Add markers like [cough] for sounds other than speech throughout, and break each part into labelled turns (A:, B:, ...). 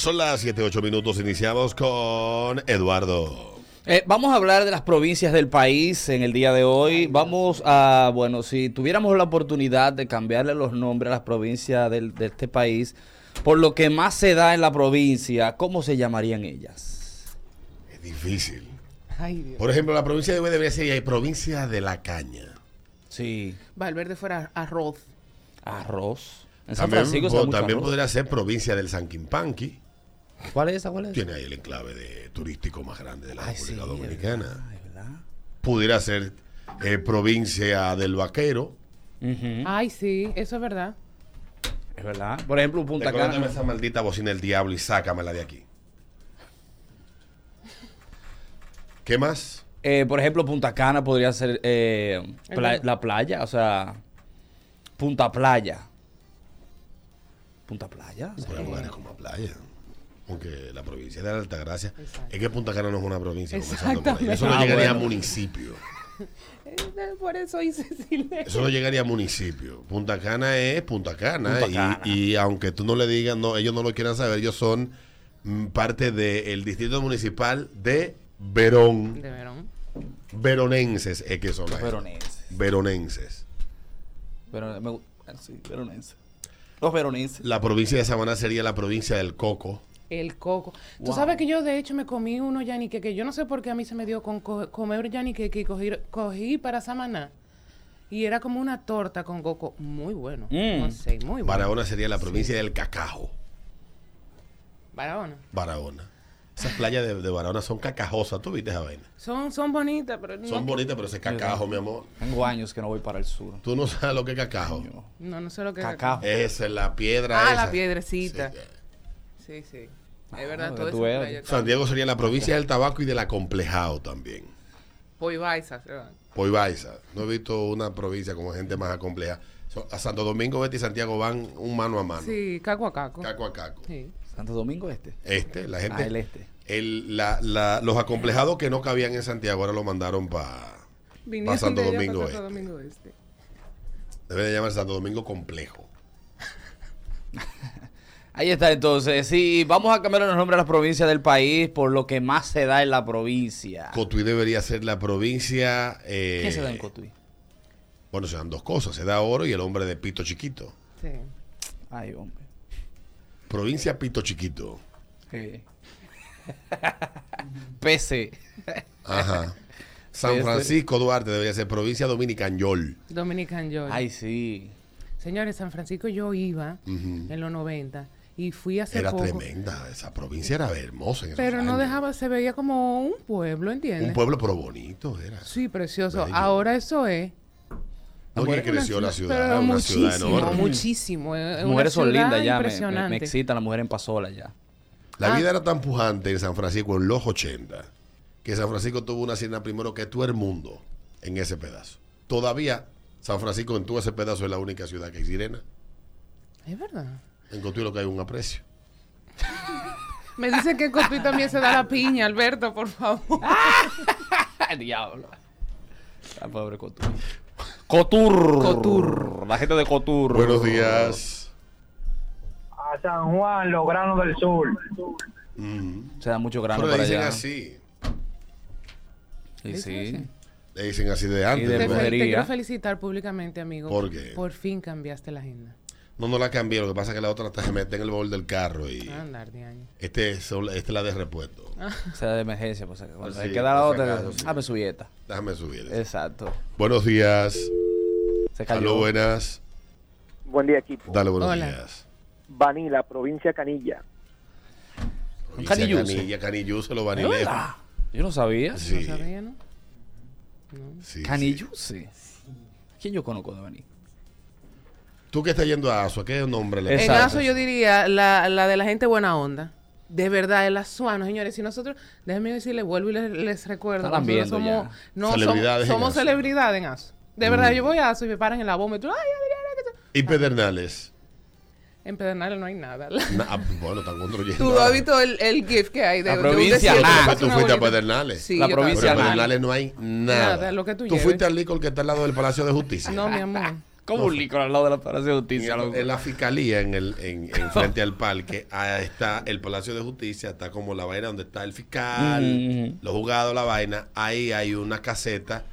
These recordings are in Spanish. A: Son las 7-8 minutos, iniciamos con Eduardo.
B: Eh, vamos a hablar de las provincias del país en el día de hoy. Vamos a, bueno, si tuviéramos la oportunidad de cambiarle los nombres a las provincias del- de este país, por lo que más se da en la provincia, ¿cómo se llamarían ellas?
A: Es difícil.
C: Ay, Dios.
A: Por ejemplo, la provincia de Huey debería ser eh, provincia de la caña.
B: Sí,
C: Valverde fuera arroz.
B: arroz. En San
A: También,
B: Francisco se
A: po-
B: da mucho
A: también
B: arroz.
A: podría ser provincia del Sanquimpanqui.
B: ¿Cuál es esa? ¿Cuál es? esa?
A: Tiene ahí el enclave de turístico más grande de la
B: Ay, sí,
A: República
B: es
A: Dominicana.
B: verdad, es verdad.
A: Pudiera ser eh, provincia del Vaquero.
B: Ujú,
C: Ay, sí, eso es verdad.
B: Es verdad. Por ejemplo, Punta
A: Decorétame
B: Cana.
A: esa maldita bocina del diablo y sácamela de aquí. ¿Qué más?
B: eh, por ejemplo, Punta Cana podría ser eh, pla-
C: verdad.
B: la playa, o sea, Punta Playa. Punta Playa. o sea,
C: Eh.
A: Por lugares como playa. Aunque la provincia de la Altagracia.
C: Exacto.
A: Es que Punta Cana no es una provincia. comenzando por ahí.
C: Exactamente.
A: Eso no
B: Ah,
A: llegaría
B: bueno.
A: a municipio.
C: Eh, Por eso hice silencio.
A: Eso no llegaría a municipio. Punta Cana es Punta Cana.
B: Punta
A: y,
B: Cana.
A: y aunque tú no le digas, no, ellos no lo quieran saber, ellos son mm, parte del distrito municipal de Verón.
C: De Verón.
A: Veronenses es que son. la gente.
B: Veronenses.
A: Veronenses.
B: Pero me gu- ah, sí, veronense. Los veronenses.
A: La provincia de Samaná sería la provincia del Coco.
C: El coco. Tú
B: Wow.
C: sabes que yo, de hecho, me comí uno yaniqueque. Yo no sé por qué a mí se me dio con co- comer yaniqueque y cogí, cogí para Samaná. Y era como una torta con coco. Muy bueno.
B: Mm.
C: No sé, muy bueno.
A: Barahona sería la provincia del Cacajo.
C: Barahona.
A: Barahona. Esas playas de, de Barahona son cacajosas. ¿Tú viste esa vaina?
C: Son, son bonitas, pero
A: Son
C: no,
A: bonitas, pero ese cacajo, mi amor.
B: Tengo años que no voy para el sur.
A: Tú no sabes lo que es cacajo.
C: no, no sé lo que
B: Cacao.
A: Esa es la piedra.
C: Ah,
A: esa.
C: la piedrecita.
A: Sí, sí.
C: Sí, sí.
B: Ah,
C: Es verdad,
B: que
C: todo
B: tú
C: eso.
B: veas.
C: playa acá.
A: San Diego sería la provincia del tabaco y del acomplejado también.
C: Poibaisa, se van.
A: Ah, Poibaiza. No he visto una provincia con gente más acomplejada. So- A Santo Domingo, Betty y Santiago van un mano a mano.
C: Sí, caco a caco.
A: Caco a caco.
C: Sí.
B: Santo Domingo Este.
A: Este, la gente.
B: Ah, el este.
A: el- la- la- los acomplejados que no cabían en Santiago ahora lo mandaron para.
C: Vinieron
A: Pa' Santo
C: de allá
A: Domingo
C: pa'
A: Este.
C: Santo Domingo Este.
A: Deben llamar Santo Domingo Complejo.
B: Ahí está entonces. Sí, vamos a cambiar los nombres a las provincias del país por lo que más se da en la provincia.
A: Cotuí debería ser la provincia. eh,
B: ¿Qué se da en Cotuí?
A: Bueno, se dan dos cosas. Se da oro y el hombre de Pito Chiquito.
C: Sí.
B: Ay, hombre.
A: Provincia Pito Chiquito.
B: Sí. [laughs] PC.
A: Ajá. San
B: Este-
A: Francisco Duarte debería ser provincia Dominicañol.
C: Dominican Joy.
B: Ay, sí.
C: Señores, San Francisco yo iba
A: Ujú.
C: en los 90 y fui hace
A: Era
C: poco.
A: tremenda. Esa provincia era hermosa. en esos
C: Pero no
A: años.
C: dejaba, se veía como un pueblo, ¿entiendes?
A: Un pueblo pero bonito era.
C: Sí, precioso.
A: Bello.
C: Ahora eso es.
A: No que
B: Mujeres-
A: creció la
C: una-
A: ciudad.
C: pero
A: una
C: muchísimo,
A: ciudad enorme.
C: muchísimo. eh,
B: Las
C: una
B: mujeres son
C: ciudad
B: lindas ya. me- Me,
C: Impresionante.
B: me excitan las mujeres en
C: [laughs]
B: pasola ya.
A: La
C: Ah.
A: vida era tan pujante en San Francisco en los 80 que San Francisco tuvo una hacienda primero que todo el mundo en ese pedazo. Todavía San Francisco en todo ese pedazo es la única ciudad que hay sirena.
C: Es verdad.
A: En Cotuí lo que hay es un aprecio.
C: Me dicen que en Cotuí también se da la piña, Alberto, por favor.
B: Diablo. La pobre Cotur. Cotur.
C: Cotur.
B: La gente de Cotur.
A: Buenos días.
D: a San Juan, los granos del sur.
A: Mm.
B: Se da mucho grano
A: Pero le
B: para
A: dicen
B: allá.
A: así.
B: Y sí.
A: Le dicen así de antes.
B: Y de
C: Te,
A: ¿no?
C: fel- te
B: brujería.
C: quiero felicitar públicamente, amigo.
A: ¿Por qué?
C: Por fin cambiaste la agenda.
A: No, no la cambié. Lo que pasa es que la otra hasta se mete en el bol del carro y
C: Andar de año.
A: este es sol- esta es la de repuesto.
C: Ah.
B: Se da de emergencia. Pues, cuando
A: Sí,
B: se queda la
A: por si
B: otra.
A: acaso, sí.
B: Ah, me subí esta.
A: Déjame subir.
B: Eh.
A: eso.
B: Exacto.
A: Buenos días.
B: Se cayó.
A: Aló, buenas.
D: Buen día, equipo.
A: Dale, buenos
C: Hola.
A: días.
D: Vanila, provincia Canilla.
A: Provincia
B: Canilluce.
A: Canilla, Canilluce, los
B: ¿Es
A: vanileros.
B: verdad? Yo no sabía.
A: Sí.
C: No sabía, ¿no?
A: Sí,
B: Canilluce. ¿Quién yo conozco de venir?
A: sí. Tú que estás yendo a ASUA, ¿qué nombre le
C: En
B: Exacto.
C: ASO yo diría la, la de la gente buena onda. De verdad, el azuano, señores. Si nosotros, déjenme decirles, vuelvo y les, les recuerdo.
B: Estaban
C: nosotros
B: viendo
C: somos,
B: ya.
C: no, somos,
A: Celebridades en
C: somos
A: ASO. Mm.
C: celebridades en ASO. De verdad, yo voy a ASO y me paran en la bomba y tú, ay, Adriana, ¿qué tal?".
A: Y Pedernales.
C: En Pedernales no hay nada. [laughs]
A: Na- ah, bueno, están construyendo.
C: Tú has visto el, el GIF que hay de
B: La
C: de un
B: provincia,
C: desierto,
B: ah.
C: pasa
A: Tú
C: una
A: fuiste a
C: bolita.
A: Pedernales.
C: Sí,
B: La
C: yo
A: Pero
B: provincia,
A: en
C: también.
B: nada.
A: Pedernales no hay nada.
C: Nada, lo que tú
A: Tú
C: lleves.
A: fuiste al licor que está al lado del Palacio de Justicia.
C: No, mi amor.
B: Como un licor al lado de la Palacio de Justicia.
A: En,
B: loco.
A: en la fiscalía, en el en, en frente al parque, ahí está el Palacio de Justicia, está como la vaina donde está el fiscal,
B: Ujú.
A: los juzgados, la vaina. Ahí hay una caseta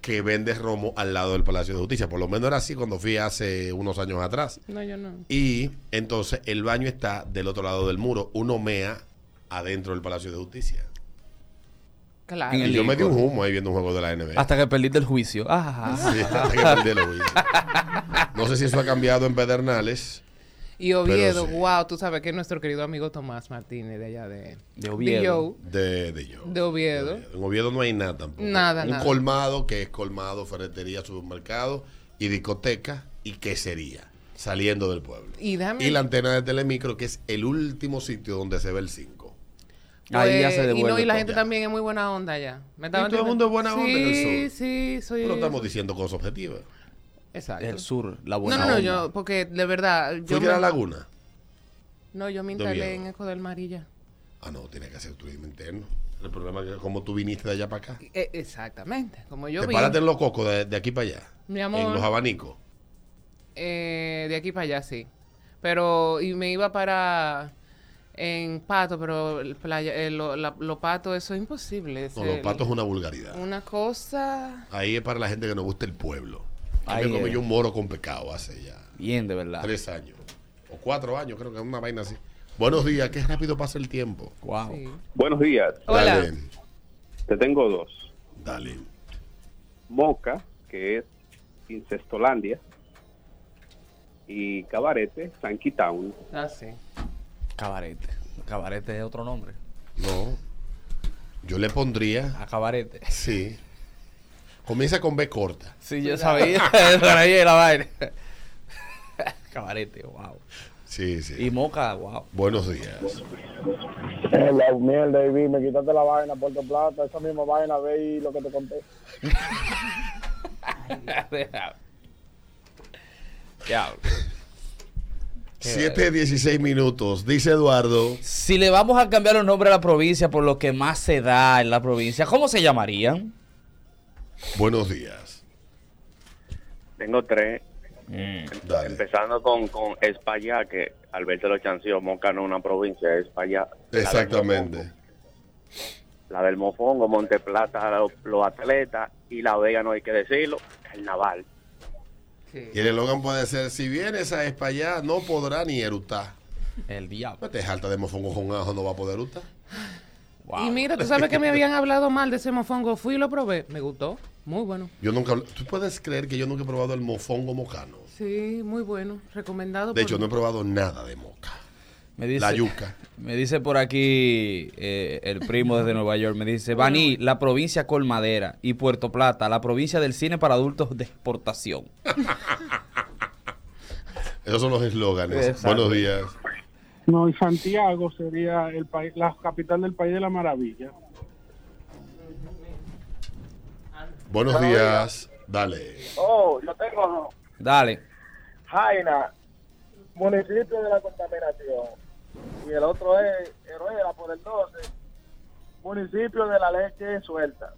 A: que vende romo al lado del Palacio de Justicia. Por lo menos era así cuando fui hace unos años atrás.
C: No, yo no.
A: Y entonces el baño está del otro lado del muro. Uno mea adentro del Palacio de Justicia.
C: Claro.
B: En
A: Y
B: el
A: yo me di un
B: licor.
A: humo ahí viendo un juego de la NBA.
B: Hasta que perdiste el juicio. Ah,
A: [laughs] Sí, hasta que perdí el oído. No sé si eso ha cambiado en Pedernales.
C: Y Oviedo,
A: sí.
C: wow, tú sabes que es nuestro querido amigo Tomás Martínez de allá de,
B: De Oviedo.
A: De, de yo.
C: De Oviedo.
A: En Oviedo no hay nada tampoco.
C: Nada,
A: Un
C: nada.
A: colmado que es colmado, ferretería, supermercado y discoteca y quesería saliendo del pueblo.
C: Y déjame-
A: la antena de Telemicro que es el último sitio donde se ve el 5.
B: ahí ya
C: Pues,
B: se
C: Y no,
B: devuelve.
C: y la
A: todo.
C: gente
A: Ya.
C: también es muy buena onda allá. ¿Me estaban
A: todo el mundo es buena onda en el
C: Sí,
A: sur.
C: sí, soy...
A: No estamos diciendo cosas objetivas.
C: Exacto.
B: El sur, la
C: No,
B: buena
C: no, no,
B: onda.
C: yo, porque de verdad... Yo
A: Fuiste
C: me-
A: a la laguna.
C: No, yo me
A: De
C: instalé
A: Oviedo.
C: en Eco del Marilla.
A: Ah, no, tiene que hacer turismo interno. El problema es que como tú viniste de allá para acá.
C: E- exactamente, como yo
A: Te
C: vi...
A: párate en los cocos de, de aquí para allá.
C: Mi amor.
A: En los abanicos.
C: Eh, de aquí para allá, sí. Pero, y me iba para en Pato, pero el playa, eh, lo, la- lo Pato, eso es imposible.
A: No,
C: ese-
A: los patos es una vulgaridad.
C: Una cosa...
A: Ahí es para la gente que nos gusta el pueblo. Ahí
B: Ahí
A: me comí
B: es.
A: yo un moro con pecado hace ya
B: Bien, de
C: Ah.
B: verdad.
A: tres años. O cuatro años, creo que es una vaina así. Buenos días, qué rápido pasa el tiempo.
B: Wow.
C: sí.
E: Buenos días,
C: Hola.
A: Dale,
E: te tengo dos.
A: dale.
E: Moca, que es Incestolandia, y Cabarete, Sankey Town.
C: Ah, sí.
B: Cabarete. Cabarete es otro nombre.
A: No. Yo le pondría,
B: A cabarete. [laughs]
A: sí. Comienza con B corta.
B: Sí,
C: Pues,
B: yo sabía. [laughs] Por ahí era la vaina. Cabarete, wow.
A: Sí,
B: Y
A: sí.
B: moca, wow.
A: Buenos días.
F: La mierda, David, me quitaste la vaina, Puerto Plata, esa misma vaina, ve y lo que te conté.
B: [laughs] Ya.
A: 7, 16 minutos. Dice Eduardo.
B: Si le vamos a cambiar los nombres a la provincia por lo que más se da en la provincia, ¿cómo se llamarían?
A: Buenos días.
G: Tengo tres,
B: Mm.
A: Dale.
G: empezando con, con España, que Alberto lo chanceó, Moca no es una provincia, es España.
A: Exactamente.
G: La del Mofongo, Monteplata, los, los atletas, y La Vega, no hay que decirlo, Carnaval.
C: Sí.
A: Y el eslogan puede ser, si vienes a España, no podrá ni erutar.
B: El diablo.
A: No te jalta de mofongo con ajo, no va a poder erutar.
B: Wow.
C: Y mira, tú sabes que me habían hablado mal de ese mofongo. Fui y lo probé. Me gustó. Muy bueno.
A: Yo nunca... ¿Tú puedes creer que yo nunca he probado el mofongo mocano?
C: Sí, muy bueno. Recomendado. por-
A: De hecho, no he probado nada de moca.
B: Me dice,
A: La yuca.
B: Me dice por aquí eh, el primo desde Nueva York, me dice, Baní, la provincia colmadera y Puerto Plata, la provincia del cine para adultos de exportación.
A: Esos son los eslóganes.
B: Exacto.
A: Buenos días.
F: No, y Santiago sería el país, la capital del país de la maravilla.
A: Buenos días. Dale.
D: Oh, yo tengo
B: Dale.
D: Jaina, municipio de la contaminación. Y el otro es Heruela por el 12, municipio de la leche suelta.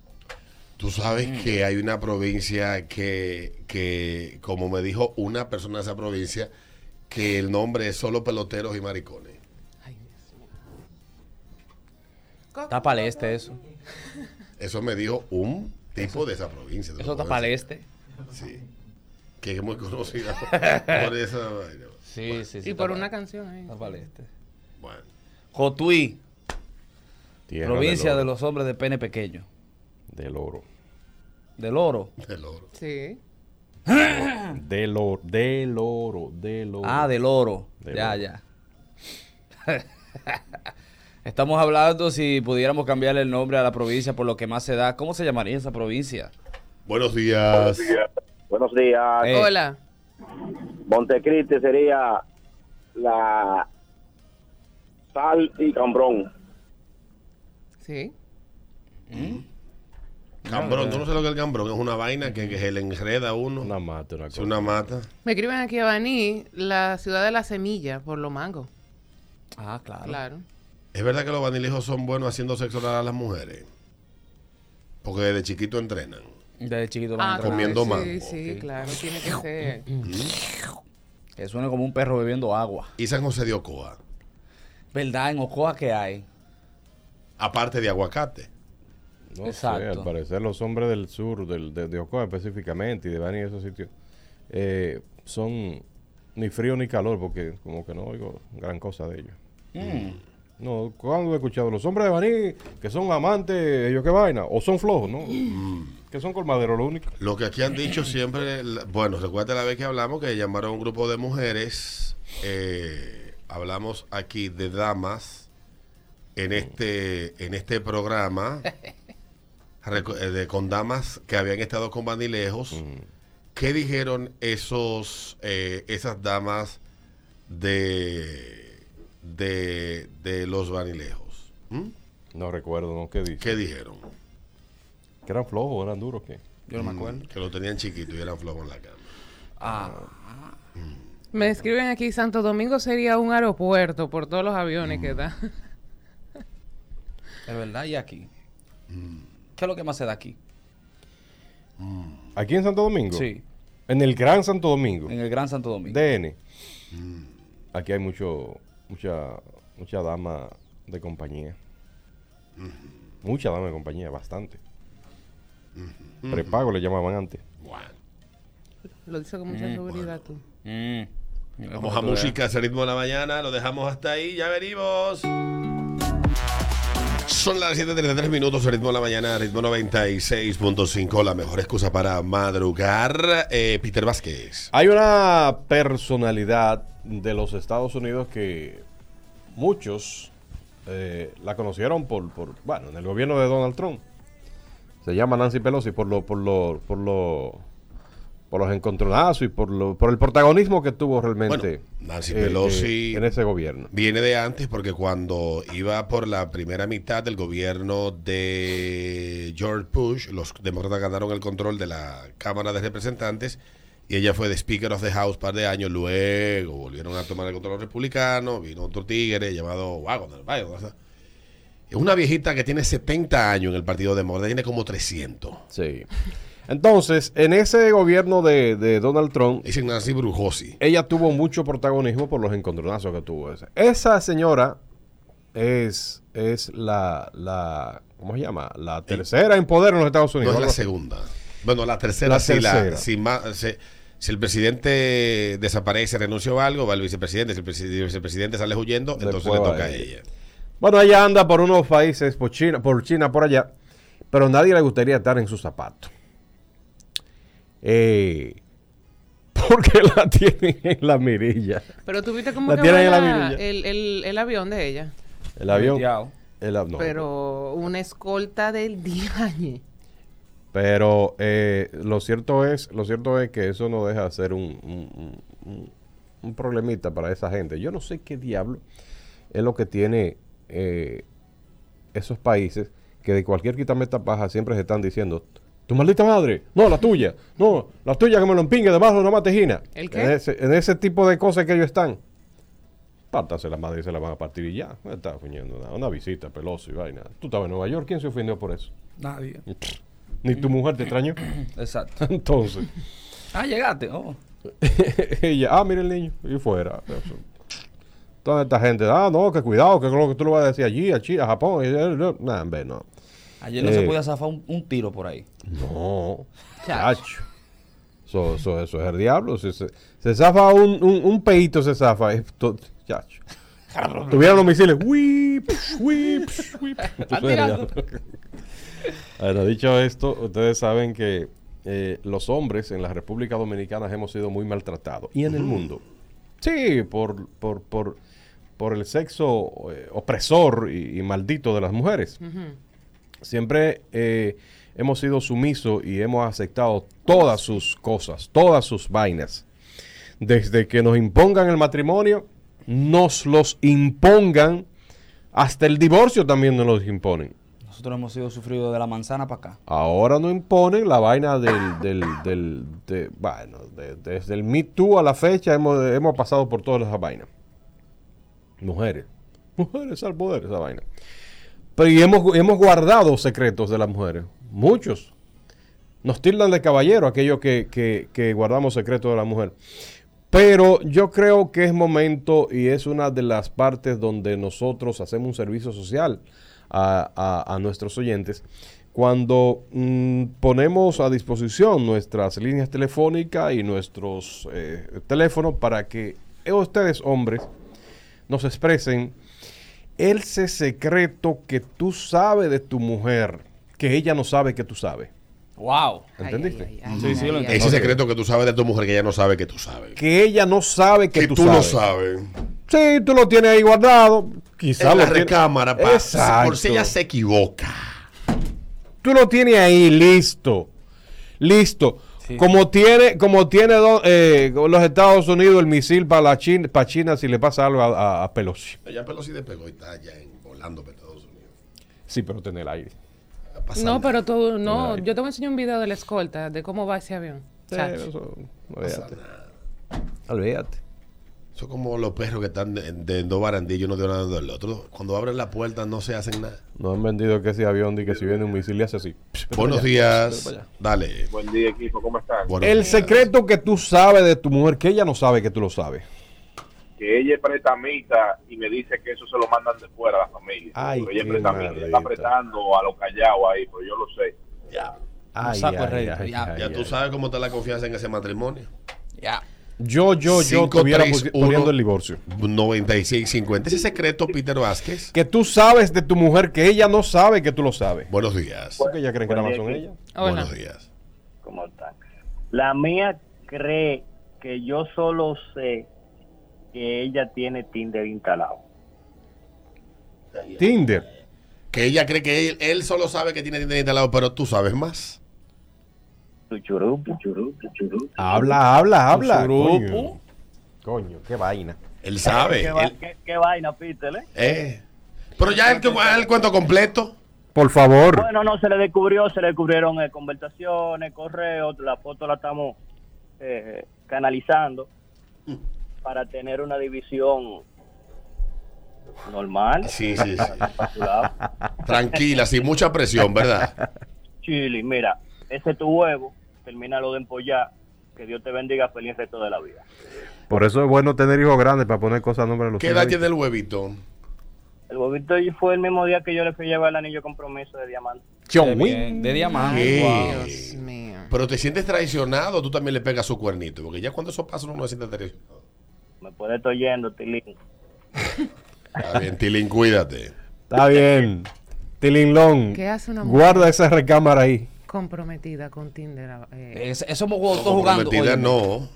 A: Tú sabes
B: Mm.
A: que hay una provincia que, que, como me dijo una persona de esa provincia, que el nombre es solo peloteros y maricones.
C: Ay, Dios mío.
B: Está para el este eso.
A: Eso me dijo un tipo de esa provincia. de
B: Eso
A: esa
B: está para el
A: provincia.
B: este.
A: Sí. Que es muy conocida [laughs] por esa vaina.
B: Sí, sí,
C: Y por una canción. ahí.
B: Está para el este.
A: Bueno.
B: Cotuí,
H: Tierra
B: provincia
H: del
B: de
H: oro,
B: los hombres de pene pequeño.
H: del oro.
B: Del oro.
A: El oro.
C: Sí.
H: Del oro, del oro, del oro.
B: Ah, del oro.
H: Del
B: ya,
H: oro.
B: ya. [laughs] Estamos hablando si pudiéramos cambiarle el nombre a la provincia por lo que más se da. ¿Cómo se llamaría esa provincia?
A: Buenos días.
G: Buenos días.
B: Eh,
C: Hola.
G: Montecristi sería la Sal y Cambrón.
C: Sí.
A: Cambrón. Tú no sabes lo que es el cambrón. Es una vaina que, que se le enreda a uno.
H: Una mata, una
A: Es
H: cosa.
A: una mata.
C: Me escriben aquí a Baní, la ciudad de la semilla, por los mangos.
B: Ah, claro.
C: Claro.
A: Es verdad que los vanilejos son buenos haciendo sexo oral a las mujeres. Porque desde chiquito entrenan.
B: Ujú. Desde chiquito lo
C: Ah,
B: entrenaron.
A: comiendo
C: sí,
A: mango.
C: Sí, claro, tiene que ser.
B: Que suena como un perro bebiendo agua.
A: Y San José de Ocoa,
B: ¿Verdad? En Ocoa que hay.
A: aparte de aguacate.
H: No sé,
B: Exacto.
H: al parecer los hombres del sur, del, de, de Ocoa específicamente, y de Bani y esos sitios, eh, son ni frío ni calor, porque como que no oigo gran cosa de ellos.
B: Mm.
H: No, cuando he escuchado? Los hombres de Baní, que son amantes, ellos qué vaina, o son flojos, ¿no?
A: Mm.
H: Que son colmaderos, lo único.
A: Lo que aquí han dicho siempre, la- bueno, recuerda la vez que hablamos que llamaron a un grupo de mujeres, eh, hablamos aquí de damas en este, en este programa, reco- eh, de- con damas que habían estado con vanilejos. ¿Qué dijeron esos, eh, esas damas de, de, de los vanilejos? ¿Mm?
H: No recuerdo, ¿no? ¿Qué dice?
A: ¿Qué dijeron?
H: Que eran flojos, eran duros, ¿qué?
B: Yo no me acuerdo.
A: Mm, Que lo tenían chiquito y eran flojos en la cama.
B: Ah,
C: Me escriben aquí, Santo Domingo sería un aeropuerto por todos los aviones que da. [laughs]
B: es verdad. ¿Y aquí? ¿Qué es lo que más se da aquí?
H: ¿Aquí en Santo Domingo?
B: Sí.
H: En el Gran Santo Domingo.
B: En el Gran Santo Domingo.
H: DN. Aquí hay mucho, mucha, mucha dama de compañía. Mucha dama de compañía, bastante. Prepago le llamaban antes.
A: Bueno.
C: Lo dice con mucha seguridad tú.
B: Mm.
A: Vamos a música, ese ritmo de la mañana, lo dejamos hasta ahí, ya venimos. Son las 7.33 minutos, el ritmo de la mañana, ritmo 96.5, la mejor excusa para madrugar. Eh, Peter Vázquez.
H: Hay una personalidad de los Estados Unidos que muchos eh, la conocieron por, por, bueno, en el gobierno de Donald Trump. Se llama Nancy Pelosi por lo, por lo, por lo, por los encontronazos y por lo, por el protagonismo que tuvo realmente eh,
A: Bueno, Nancy Pelosi-
H: en ese gobierno.
A: Viene de antes porque cuando iba por la primera mitad del gobierno de George Bush, los demócratas ganaron el control de la Cámara de Representantes y ella fue de Speaker of the House par de años. Luego volvieron a tomar el control republicano, vino otro tigre llamado Wago del Valle, ¿no? Es una viejita que tiene 70 años en el Partido Demócrata, tiene como 300.
H: Sí. Entonces, en ese gobierno de, de Donald Trump,
A: Dicen Nancy Brujosi.
H: ella tuvo mucho protagonismo por los encontronazos que tuvo. Esa, Esa señora es, es la, la, ¿cómo se llama? La tercera en poder en los Estados
A: No
H: Unidos.
A: es la
H: Algo así.
A: segunda. Bueno, la tercera,
H: La
A: si, la-
H: tercera.
A: si ma- se- si el presidente desaparece, renuncia o algo, va el vicepresidente. Si el, presi- el vicepresidente sale huyendo,
H: Después
A: entonces le
H: va
A: toca a
H: ella.
A: ella.
H: bueno, ella anda por unos países, por China, por China, por allá, pero nadie le gustaría estar en sus zapatos. Eh, [laughs] porque la tienen en la mirilla.
C: Pero tuviste como
H: La
C: que
H: tienen
C: va
H: en la
C: la-
H: mirilla.
C: el, el- el avión de ella.
H: El avión.
B: Volteado.
H: El, av- no,
C: Pero una escolta del [laughs] diañe.
H: Pero eh, lo cierto es, lo cierto es que eso no deja de ser un, un- un- un- un problemita para esa gente. Yo no sé qué diablo es lo que tiene eh, esos países que de cualquier quítame esta paja siempre se están diciendo tu maldita madre, no la tuya, no, la tuya que me lo empingue debajo de una matejina.
C: ¿El qué?
H: En ese, en ese tipo de cosas que ellos están. Pártase la madre y se la van a partir y ya. No está fuñendo nada. Una visita, Pelosi, vaina. Tú estabas en Nueva York, ¿quién se ofendió por eso?
B: Nadie.
H: Ni tu mujer te extrañó.
B: Exacto.
H: Entonces,
B: Ah, llegaste. Oh.
H: [laughs] ella, ah, mira el niño, y fuera. Eso. Toda esta gente, ah, no, que cuidado, que lo que tú le vas a decir allí, a China, a Japón, y- nah, hombre, no.
B: Ayer no
H: Eh.
B: se podía zafar un, un tiro por ahí.
H: No,
B: Chacho.
H: chacho. Eso, eso, eso es el diablo. Si se, se zafa un, un, un peito, se zafa. es to- chacho. Tuvieron los misiles. Whip, whip, whip. Eso es el diablo. Bueno, dicho esto, ustedes saben que eh, los hombres en la República Dominicana hemos sido muy maltratados. Y en el mundo. Sí, por, por, por, por el sexo eh, opresor y, y maldito de las mujeres. Siempre eh, hemos sido sumisos y hemos aceptado todas sus cosas, todas sus vainas. Desde que nos impongan el matrimonio, nos los impongan. Hasta el divorcio también nos los imponen.
B: Nosotros hemos sido sufridos de la manzana para acá.
H: Ahora no imponen la vaina del, del, del de- bueno, de- desde el Me Too a la fecha hemos, hemos pasado por todas esas vainas. Mujeres. Mujeres al poder, esa vaina. Pero y hemos, hemos guardado secretos de las mujeres. Muchos. Nos tildan de caballero aquellos que, que- que guardamos secreto de la mujer. Pero yo creo que es momento y es una de las partes donde nosotros hacemos un servicio social a, a- a nuestros oyentes. Cuando mm, ponemos a disposición nuestras líneas telefónicas y nuestros eh, teléfonos para que ustedes, hombres, nos expresen ese secreto que tú sabes de tu mujer, que ella no sabe que tú sabes.
B: Wow.
H: ¿Entendiste?
C: Ay, ay, ay,
B: Sí,
C: ay,
B: sí, lo
C: ay,
B: entiendo.
A: Ese
H: Ok.
A: secreto que tú sabes de tu mujer que ella no sabe que tú sabes.
H: Que ella no sabe que,
A: Que tú no sabes.
H: Sí, tú lo tienes ahí guardado. Quizás
A: En la
H: lo tienes-
A: recámara, pa-
H: Exacto.
A: por si ella se equivoca.
H: Tú lo tienes ahí listo. Listo.
B: Sí.
H: Como tiene, como tiene do- eh, los Estados Unidos el misil para la China, para China si le pasa algo a, a- a Pelosi.
A: Ella Pelosi despegó y está allá en volando para Estados Unidos.
H: Sí, pero tiene el aire.
C: No, pero tú, no,
H: Ay.
C: yo te voy a enseñar un video de la escolta, de cómo va ese avión. Chacho.
H: olvídate. Olvídate.
A: Son como los perros que están de, de dos barandillos, uno de uno del otro. Cuando abren la puerta no se hacen nada.
H: No han vendido que ese avión y que si viene un misil le hace así.
A: Buenos días.
H: para allá.
A: Dale.
E: Buen día, equipo. ¿Cómo están?
A: Buenos
H: El
A: días.
H: secreto que tú sabes de tu mujer, que ella no sabe que tú lo sabes.
E: que ella aprieta mitad y me dice que eso se lo mandan de fuera a la familia.
H: Ay,
E: Pero ella
H: qué
E: aprieta mitad,
H: maldita.
E: está apretando a los callados ahí, pero yo lo sé.
A: Ya,
H: Ay,
B: saco
H: ay,
B: de rédito,
H: ay,
B: ya.
H: ay,
A: ya
H: ay.
A: tú sabes cómo está la confianza en ese matrimonio.
B: Ya.
H: Yo, yo, yo
A: Cinco,
H: estuviera
A: tres,
H: pu-
A: uno.
H: poniendo el divorcio.
A: 9650. Ese secreto, Peter Vázquez.
H: Que tú sabes de tu mujer que ella no sabe que tú lo sabes.
A: Buenos días.
H: Porque ella cree que nada más son
I: Buen
H: ella.
C: Hola.
A: Buenos días.
I: ¿Cómo están? La mía cree que yo solo sé que ella tiene Tinder instalado.
H: Tinder.
A: Que ella cree que él, él solo sabe que tiene Tinder instalado, pero tú sabes más.
I: Chuchurú, chuchurú, chuchurú.
H: Habla, habla, habla.
B: Grupo.
H: Coño, Coño, qué vaina.
A: Él sabe.
I: ¿Qué, va-
A: Eh, él-
I: qué- qué vaina, Peter? eh?
A: eh. Pero ya el, el cuento completo.
H: Por favor.
I: Bueno, no, se le descubrió, se le descubrieron eh, conversaciones, correos, la foto la estamos eh, canalizando para tener una división normal,
A: Sí, sí, sí.
I: para su lado.
A: Tranquila, sin mucha presión,
H: [laughs]
A: ¿verdad?
I: Chili, mira, ese es tu huevo, termínalo de empollar, que Dios te bendiga, feliz resto de la vida.
H: Por eso es bueno tener hijos grandes para poner cosas a nombre de los
A: ¿Qué edad tiene el huevito?
I: El huevito y fue el mismo día que yo le fui a llevar el anillo de compromiso de diamante.
B: Qué
H: John
B: bien,
H: Wayne.
B: De
A: Sí.
B: diamante. Wow.
C: Dios mío.
A: Pero te sientes traicionado, tú también le pegas su cuernito. Porque ya cuando eso pasa, uno no se siente traicionado.
I: Me puede estar oyendo, Tilín.
A: Está bien, Tilín, cuídate.
H: Está bien. Tilinlón.
C: ¿Qué hace una mujer?
H: Guarda esa recámara ahí.
C: Comprometida con Tinder. eh.
B: Es- Eso hemos jugado todos jugando.
A: Comprometida
B: Óyeme.
A: no.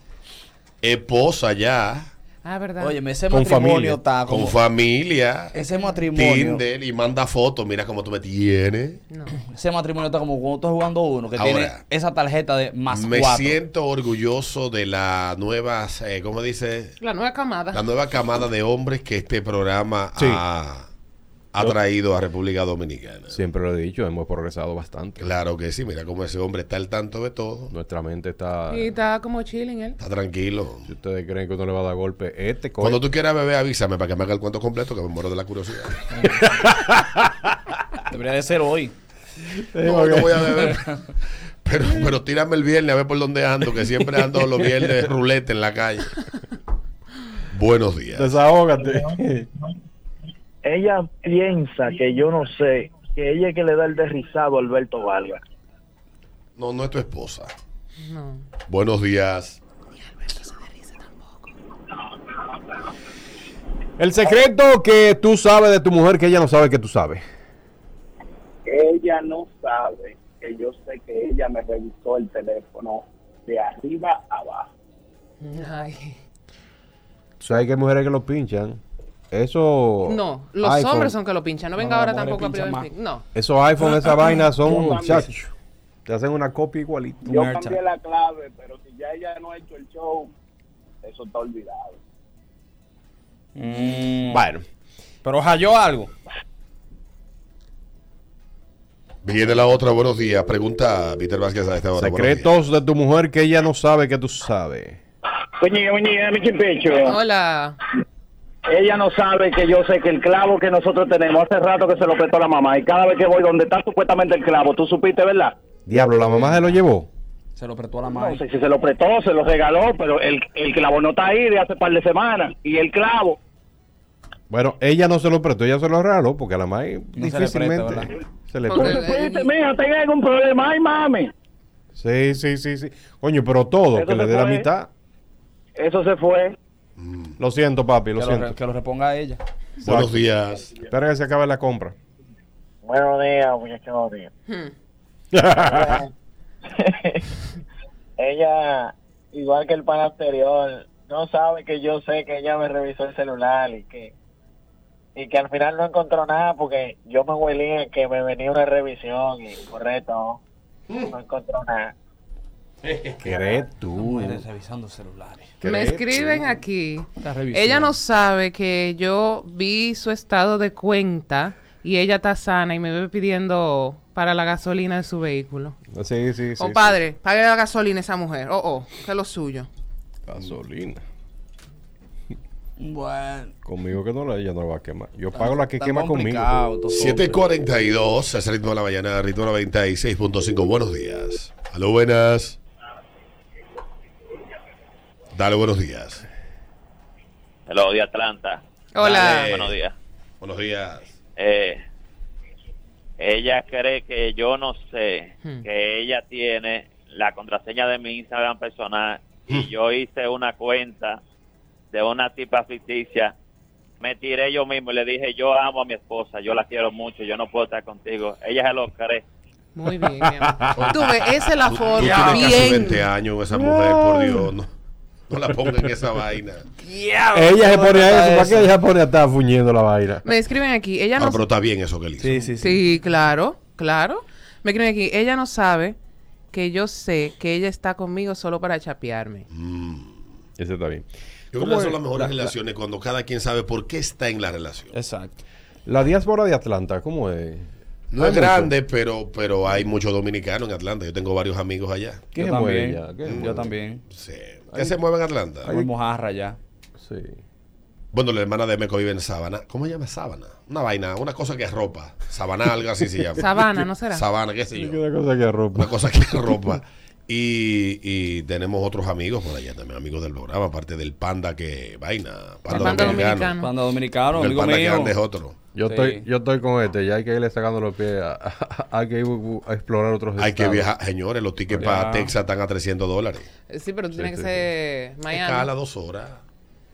A: Esposa ya.
C: Ah, ¿verdad?
B: Óyeme, ese
H: Con
B: matrimonio
H: familia,
B: está
A: Con
B: como-
A: familia.
B: Ese matrimonio.
A: Tinder y manda fotos. Mira cómo tú me tienes.
C: no.
B: Ese matrimonio está como cuando estás jugando uno que
A: Ahora,
B: tiene esa tarjeta de más
A: Me
B: cuatro.
A: siento orgulloso de la nueva, eh, ¿cómo dice?
C: La nueva camada.
A: La nueva camada de hombres que este programa
H: Sí.
A: ha, ha traído a República Dominicana.
H: Siempre lo he dicho, hemos progresado bastante.
A: Claro que sí, mira cómo ese hombre está al tanto de todo.
H: Nuestra mente está.
C: Y está como chilling él.
A: Está tranquilo.
H: Si ustedes creen que uno le va a dar golpe, este coño.
A: Cuando tú quieras beber, avísame para que me haga el cuento completo, que me muero de la curiosidad.
B: Debería de ser hoy.
A: No, no voy a beber. [laughs] Pero, pero tírame el viernes a ver por dónde ando, que siempre ando los viernes [laughs] rulete en la calle. Buenos días.
H: [laughs] Desahógate.
I: Ella piensa que yo no sé, que ella es que le da el derrizado a Alberto Valga.
A: No, no es tu esposa.
C: No.
A: Buenos días.
H: El secreto que tú sabes de tu mujer que ella no sabe que tú sabes.
E: Ella no sabe que yo sé que ella me revisó el teléfono de arriba a abajo.
C: Ay.
H: Tú sabes que hay mujeres que lo pinchan. Eso.
C: No, los
H: iPhone-
C: hombres son que lo pinchan. No venga
B: No,
C: ahora
B: las mujeres
C: tampoco a
B: pinchan
C: privar- No.
H: Esos iPhone, esa vaina son.
E: también.
H: muchachos. ah, Te hacen una copia igualita.
E: Yo
B: Mercha.
E: cambié la clave, pero si ya ella no ha hecho el show, eso está olvidado.
B: Mm,
H: Bueno.
B: Pero halló algo.
A: Viene la otra, buenos días. Pregunta Peter Vázquez a esta hora. Buenos días.
H: Secretos de tu mujer que ella no sabe que tú sabes.
I: Buen día, buen día, mi chimpecho.
C: Hola.
I: Ella no sabe que yo sé que el clavo que nosotros tenemos hace rato que se lo prestó la mamá y cada vez que voy donde está supuestamente el clavo, tú supiste, ¿verdad?
H: Diablo, la mamá se lo llevó.
B: Se lo prestó a la
E: No
B: madre.
E: sé si se lo prestó, se lo regaló, pero el, el clavo no está ahí de hace par de semanas. Y el clavo,
H: Bueno, ella no se lo prestó, ella se lo regaló porque a la madre
B: No se le presta,
H: difícilmente
B: ¿verdad?
H: se le
C: Porque-
H: presta.
E: fuiste, mija, tenga algún problema, ay, mami.
H: Sí, sí, sí, sí. Coño, pero todo,
E: Eso
H: que le
E: se
H: dé la
E: puede.
H: mitad.
E: Eso se fue.
H: Lo siento, papi, lo
B: Que lo, re-
H: siento.
B: que lo reponga a ella.
A: Buenos días.
H: Espera que se acabe la compra.
E: Buenos días, muchachos. ella, igual que el pan anterior, no sabe que yo sé que ella me revisó el celular y que y que al final no encontró nada porque yo me huelía que me venía una revisión y correcto, no encontró nada.
H: ¿Qué eres tú?
B: Mujeres revisando celulares.
C: Me
H: ¿Crees?
C: escriben aquí.
B: Está revisando.
C: Ella no sabe que yo vi su estado de cuenta y ella está sana y me ve pidiendo para la gasolina de su vehículo.
H: Sí, sí, sí.
C: oh, padre, pague la gasolina a esa mujer. Oh, oh, que es lo suyo.
H: sí. Gasolina.
B: Bueno.
H: Conmigo que no la ella no la va a quemar. Yo pago la que
B: Está
H: quema conmigo.
B: complicado, todo.
A: 742, es el ritmo de la mañana, ritmo 96.5. Buenos días. Aló, buenas. Dale, buenos días.
G: Hello, de Atlanta.
C: Hola.
A: Dale.
G: Buenos días.
A: Buenos días.
G: Eh, ella cree que yo no sé
C: Hmm.
G: que ella tiene la contraseña de mi Instagram personal y
J: Hmm.
G: yo hice una cuenta de una tipa ficticia. Me tiré yo mismo y le dije, yo amo a mi esposa, yo la quiero mucho, yo no puedo estar contigo. Ella se lo cree.
C: Muy bien. mi amor. Tú ves, esa es la
A: Tú, tú
C: forma.
A: tienes casi 20
C: Bien.
A: años esa mujer, por Dios. No, no la ponga en esa
C: [laughs]
A: vaina.
H: Ella se pone a
B: Está
H: eso, ¿para qué
B: eso.
H: ella se pone a estar fuñendo la vaina?
C: Me escriben aquí. Ella
A: Ah,
C: no
A: pero está bien eso que le hizo.
B: Sí, sí, sí.
C: Sí, claro, claro. Me escriben aquí. Ella no sabe que yo sé que ella está conmigo solo para chapearme.
A: Mm.
H: Ese está bien.
A: Yo creo que son las mejores relaciones cuando cada quien sabe por qué está en la relación.
B: Exacto.
H: La diáspora de Atlanta, ¿cómo es?
A: No es grande, pero, pero hay muchos dominicanos en Atlanta. Yo tengo varios amigos allá.
H: ¿Qué
B: yo
H: es
B: también.
H: ella? ¿Qué es
B: yo
H: ella?
B: también.
A: Sí. ¿Qué se mueve en Atlanta?
B: Como mojarra ya.
H: Sí.
A: Bueno, la hermana de Meco vive en Sabana. ¿Cómo se llama Sabana? Una vaina, una cosa que es ropa. Sabana, algo así se llama.
C: [laughs] Sabana, ¿no será?
A: Sabana, qué sé
H: Es
A: yo.
H: una cosa que
A: Una
H: ropa.
A: cosa que es ropa. Y, y tenemos otros amigos por allá también, amigos del programa, aparte del panda que vaina. Panda,
C: Panda
A: dominicano.
C: dominicano.
B: Cuando dominicano,
A: El
B: amigo
A: panda que
B: mío.
A: anda es otro.
H: Yo,
B: Sí.
H: estoy, yo estoy con este, ya hay que irle sacando los pies. a- a- hay que ir bu- a explorar otros
A: Hay que
H: estados.
A: viajar, señores, los tickets para Texas están a 300 dólares.
C: Sí, pero tú tienes
H: sí,
C: que ser
A: Escala
C: Miami.
A: dos horas.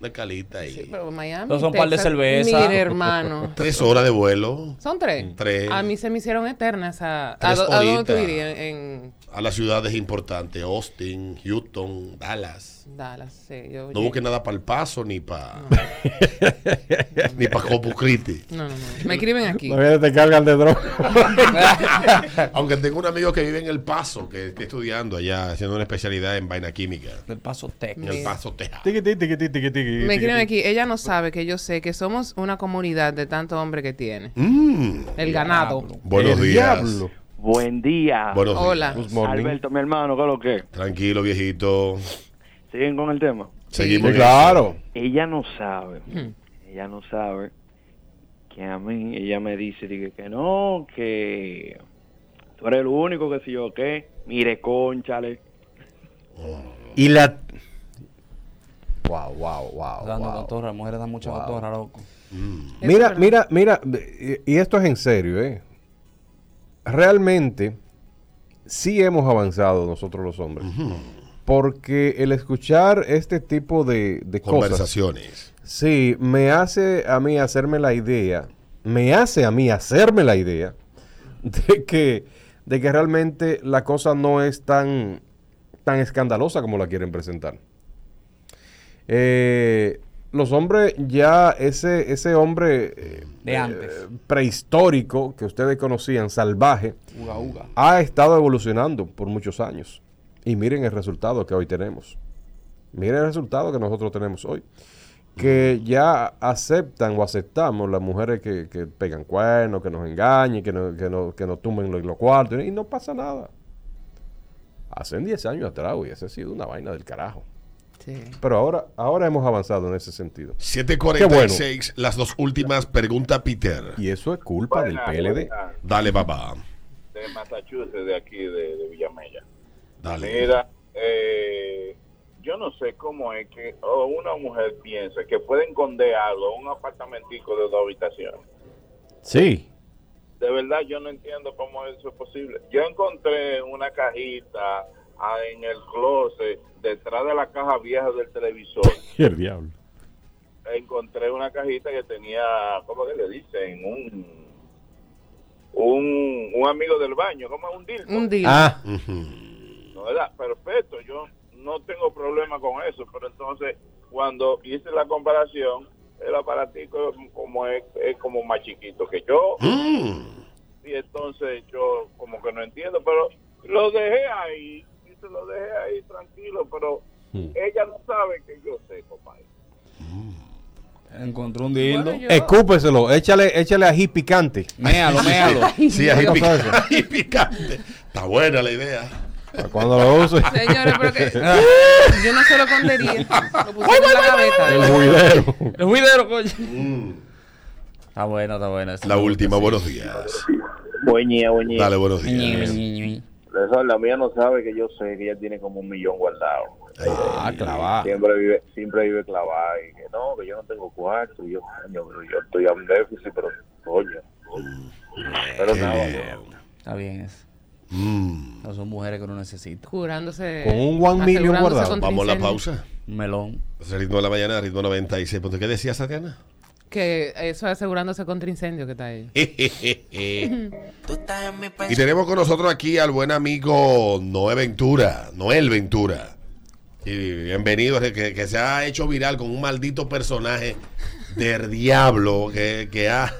A: Una escalita ahí.
C: Sí, pero Miami.
B: Eso son par de
C: Texas.
B: cerveza.
C: Mire, hermano.
A: Tres horas de vuelo
C: ¿Son tres?
A: Tres.
C: A mí se me hicieron eternas. ¿A, a,
A: Tres
C: do- a dónde
A: horitas.
C: tú irías? En,
A: a las ciudades importantes: Austin, Houston, Dallas.
C: en Dallas. Sí, yo
A: No
C: llegué.
A: busque nada para el paso ni para. [laughs] ni para Corpus Christi.
C: No, no, no. Me escriben
H: [laughs]
C: aquí.
H: Todavía te cargan de droga.
A: Aunque tengo un amigo que vive en El Paso, que está estudiando allá, haciendo una especialidad en vaina química.
B: Del paso
A: En
B: técnico.
A: El
C: Mira.
A: Paso, Texas.
H: Tiqui, tiqui, tiqui, tiqui, tiqui, tiqui,
C: Me escriben
H: tiqui.
C: aquí. Ella no sabe que yo sé que somos una comunidad de tanto hombre que tiene.
A: Mm.
C: El ganado.
A: Buenos
H: El
A: días.
H: diablo.
G: Buen día.
A: Buenos
C: Hola.
A: días.
H: Good morning.
G: mi hermano, ¿qué es lo que?
A: Tranquilo, viejito.
G: ¿Siguen con el tema?
A: Seguimos.
H: Sí,
A: en
H: claro.
G: Ella no sabe.
C: Hmm.
G: ella no sabe que a mí ella me dice dije, que no que tú eres el único que si yo qué mire conchale
H: Y la. Wow, wow, wow.
B: Dando
H: wow.
B: cotorra, mujeres dan mucha cotorra, loco.
H: Mira, mira, mira, y y esto es en serio, ¿eh? Realmente, sí hemos avanzado nosotros los hombres. Porque el escuchar este tipo de, de cosas,
A: Conversaciones.
H: sí, me hace a mí hacerme la idea, me hace a mí hacerme la idea de que, de que realmente la cosa no es tan, tan escandalosa como la quieren presentar. Eh, los hombres ya, ese, ese hombre eh,
B: De antes.
H: prehistórico que ustedes conocían, salvaje,
B: Uga, uga.
H: ha estado evolucionando por muchos años. Y miren el resultado que hoy tenemos. Miren el resultado que nosotros tenemos hoy. Que ya aceptan o aceptamos las mujeres que, que pegan cuernos, que nos engañen, que, no- que, no- que nos tumben los, los cuartos. Y no pasa nada. Hace 10 años atrás, y esa ha sido una vaina del carajo.
C: Sí.
H: Pero ahora, ahora hemos avanzado en ese sentido.
A: 746, las dos últimas. Pregunta Peter.
H: Y eso es culpa del PLD.
A: Dale, papá.
E: De
K: Massachusetts, de aquí, de, de Villamella.
A: Dale.
K: Mira, eh, yo no sé cómo es que o una mujer piensa que puede esconder algo en un apartamentico de dos habitaciones.
J: [laughs]
H: Sí.
K: De verdad, yo no entiendo cómo eso es posible. Yo encontré una cajita ah, en el closet, detrás de la caja vieja del televisor.
H: El diablo.
K: encontré una cajita que tenía, ¿cómo que le dicen? Un, un, un amigo del baño, ¿cómo es? Un dildo.
C: Un día.
H: Ah.
K: No, ¿verdad? Perfecto, yo no tengo problema con eso, pero entonces cuando hice la comparación, el aparatico es como es, es como más chiquito que yo,
A: Mm.
K: y entonces yo como que no entiendo, pero lo dejé ahí, y se lo dejé ahí tranquilo, pero ella no sabe que yo sé, compadre.
B: Encontró un dildo.
C: Bueno, yo-
H: Escúpeselo, échale, échale ají picante.
B: Méalo, méalo.
A: [laughs] Sí, ahí
H: Dios.
A: pica- ahí picante. Está buena la idea.
H: Para cuando lo use.
C: Señores, pero
H: [laughs]
C: que yo no se lo condería. Lo puse en la
H: El
C: gaveta.
H: juidero.
B: El juidero, coño.
A: Mm.
B: Está bueno, está bueno.
A: La última, buenos días.
E: Bueñía, bueñía.
A: Dale, buenos días.
B: Ah,
E: Eso, la mía no sabe que yo sé que ella tiene como un millón guardado.
A: Ah,
B: Ah.
H: clavada.
E: Siempre vive, siempre vive clavada y que no, que yo no tengo cuarto, y yo, coño, pero yo estoy a un déficit, pero coño. Pero
A: Qué
E: nada,
A: bien.
B: Está bien eso.
A: Mm.
B: No son mujeres que no necesitan.
C: Curándose.
H: Con un one million
C: asegurándose
H: guardado.
C: con
A: Vamos a la
C: tricena.
A: pausa.
B: Un melón.
A: Es el Ritmo de la mañana, ritmo 96. ¿Qué decías, Tatiana?
C: Que eso asegurándose contra incendio que está ahí.
A: y tenemos con nosotros aquí al buen amigo Noé Ventura, Noel Ventura. Y bienvenido, que, que se ha hecho viral con un maldito personaje [laughs] del diablo que, que ha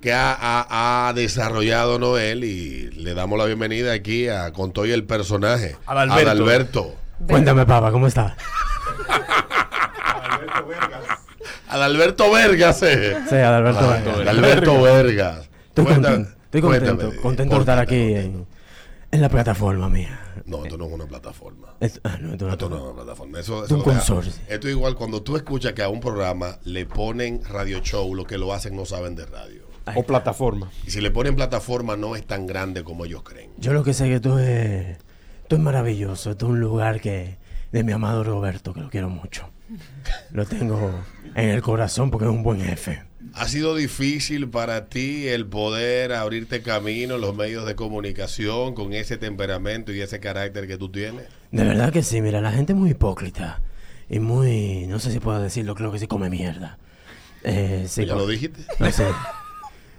A: que ha, ha- ha desarrollado Noel y le damos la bienvenida aquí a con todo y el personaje
J: Al Alberto.
A: Adalberto.
J: Cuéntame, papá, ¿cómo está?
A: Adalberto Vergas. eh.
J: Sí, Alberto.
A: Ay, Adalberto Vergas.
J: Estoy
A: Cuéntame,
J: contento, estoy contento,
A: cuéntame,
J: contento de estar
A: contento,
J: aquí
A: contento.
J: en, en la plataforma mía.
A: No, esto no es una plataforma.
J: Es- ah, no, esto no-
A: Esto no es una plataforma. Eso,
J: Es un
A: eso lo deja-
J: consorcio.
A: Esto es igual cuando tú escuchas que a un programa le ponen radio show, lo que lo hacen no saben de radio.
H: O plataforma.
A: Y si le ponen plataforma no es tan grande como ellos creen.
J: Yo lo que sé que tú es, tú es maravilloso, esto es un lugar que de mi amado Roberto, que lo quiero mucho. Lo tengo en el corazón porque es un buen jefe.
A: ¿Ha sido difícil para ti el poder abrirte camino en los medios de comunicación con ese temperamento y ese carácter que tú tienes?
J: De verdad que sí, mira, la gente es muy hipócrita y muy, no sé si puedo decirlo, creo que sí come mierda. Eh, sí,
A: ya
J: co-
A: lo dijiste.
J: No [laughs] sé.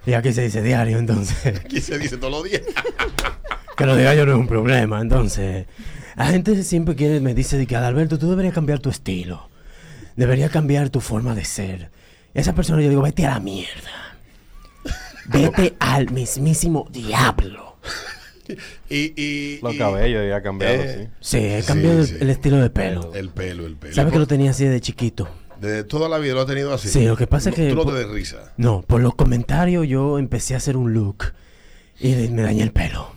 J: Y aquí se dice diario,
A: [laughs]
J: entonces.
A: Aquí se dice todos los días.
J: Que lo diga yo no es un problema, entonces. La gente siempre quiere, me dice de que Adalberto, tú deberías cambiar tu estilo. Deberías cambiar tu forma de ser. Y a esa persona yo digo, vete a la mierda.
A: [laughs]
J: Vete al mismísimo diablo.
A: Y, y,
H: Los
A: y-
H: cabellos ya cambiaron,
A: Eh,
J: Sí, he
A: Sí,
J: cambiado el-
A: sí.
J: el, estilo de pelo.
A: El pelo, el pelo.
J: ¿Sabes que lo tenía así de chiquito?
A: Desde toda la vida lo ha tenido así.
J: Sí, lo que pasa es
A: No-
J: que-
A: Tú no te des risa.
J: No, por los comentarios yo empecé a hacer un look y de- me dañé el pelo.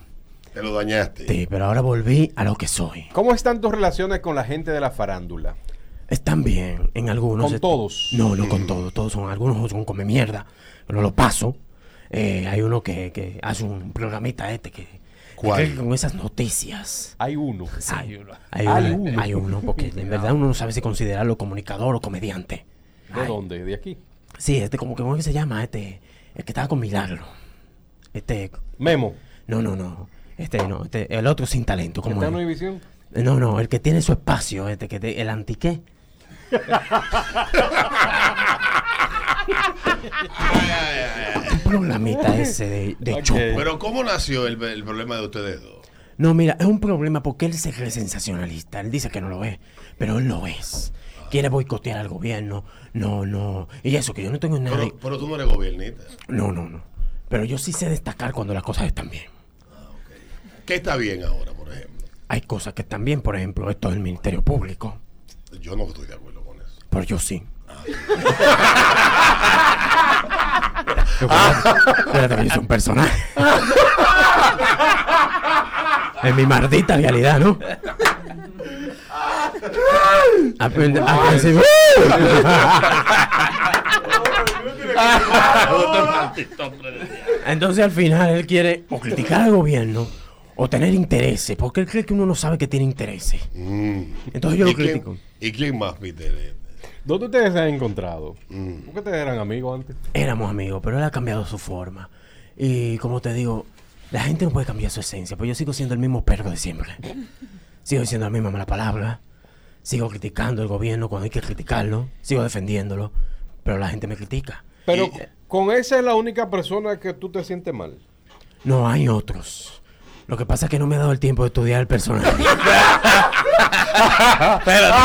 A: Te lo dañaste.
J: Sí, pero ahora volví a lo que soy.
H: ¿Cómo están tus relaciones con la gente de la farándula?
J: Están bien, en algunos.
H: ¿Con
J: est-
H: todos?
J: No, no con todos. Todos son, algunos son come mierda. No lo paso. Eh, hay uno que, que hace un programita este que.
A: ¿Cuál?
J: [laughs] que con esas noticias.
H: Hay uno.
J: Hay uno. Hay uno,
H: Hay uno.
J: hay uno, porque en verdad uno no sabe si considerarlo comunicador o comediante.
H: ¿De
J: Ay.
H: dónde? ¿De aquí?
J: Sí, este, como que, ¿cómo es que se llama? Este, el que estaba con Milagro. Este,
H: Memo.
J: no, no, no. Este, no, este, el otro sin talento, ¿cómo
H: ¿Está en
J: es?
H: Univisión?
J: No, no, el que tiene su espacio, este, que te- el antiqué. Un problemita ese de, de
H: Ok.
J: chopo.
A: Pero ¿cómo nació el, el problema de ustedes dos?
J: No, mira, es un problema porque él se cree sensacionalista. Él dice que no lo es, pero él lo es. Quiere boicotear al gobierno. No, no. Y eso, que yo no tengo nada. de-
A: Pero, pero tú no eres gobiernista.
J: No, no, no. Pero yo sí sé destacar cuando las cosas están bien.
A: ¿Qué está bien ahora, por ejemplo?
J: Hay cosas que están bien, por ejemplo, esto del Ministerio Público.
A: Yo no estoy de acuerdo con eso. [laughs]
J: Pero yo sí. Espérate, que yo soy un personaje. en mi maldita realidad, ¿no? Al prin- al principio- Entonces al final él quiere o criticar al gobierno o tener intereses, porque él cree que uno no sabe que tiene intereses. [laughs] Entonces yo
A: ¿Y
J: lo
A: quién-
J: critico.
A: ¿Y quién más, Peter?
H: ¿Dónde ustedes se han encontrado? ¿Por qué ustedes eran amigos antes?
J: Éramos amigos, pero él ha cambiado su forma. Y como te digo, la gente no puede cambiar su esencia, pues yo sigo siendo el mismo perro de siempre. Sigo diciendo la misma mala palabra, sigo criticando al gobierno cuando hay que criticarlo, sigo defendiéndolo, pero la gente me critica.
H: Pero con esa es la única persona que tú te sientes mal.
J: No hay otros. Lo que pasa es que no me he dado el tiempo de estudiar el personaje. [laughs]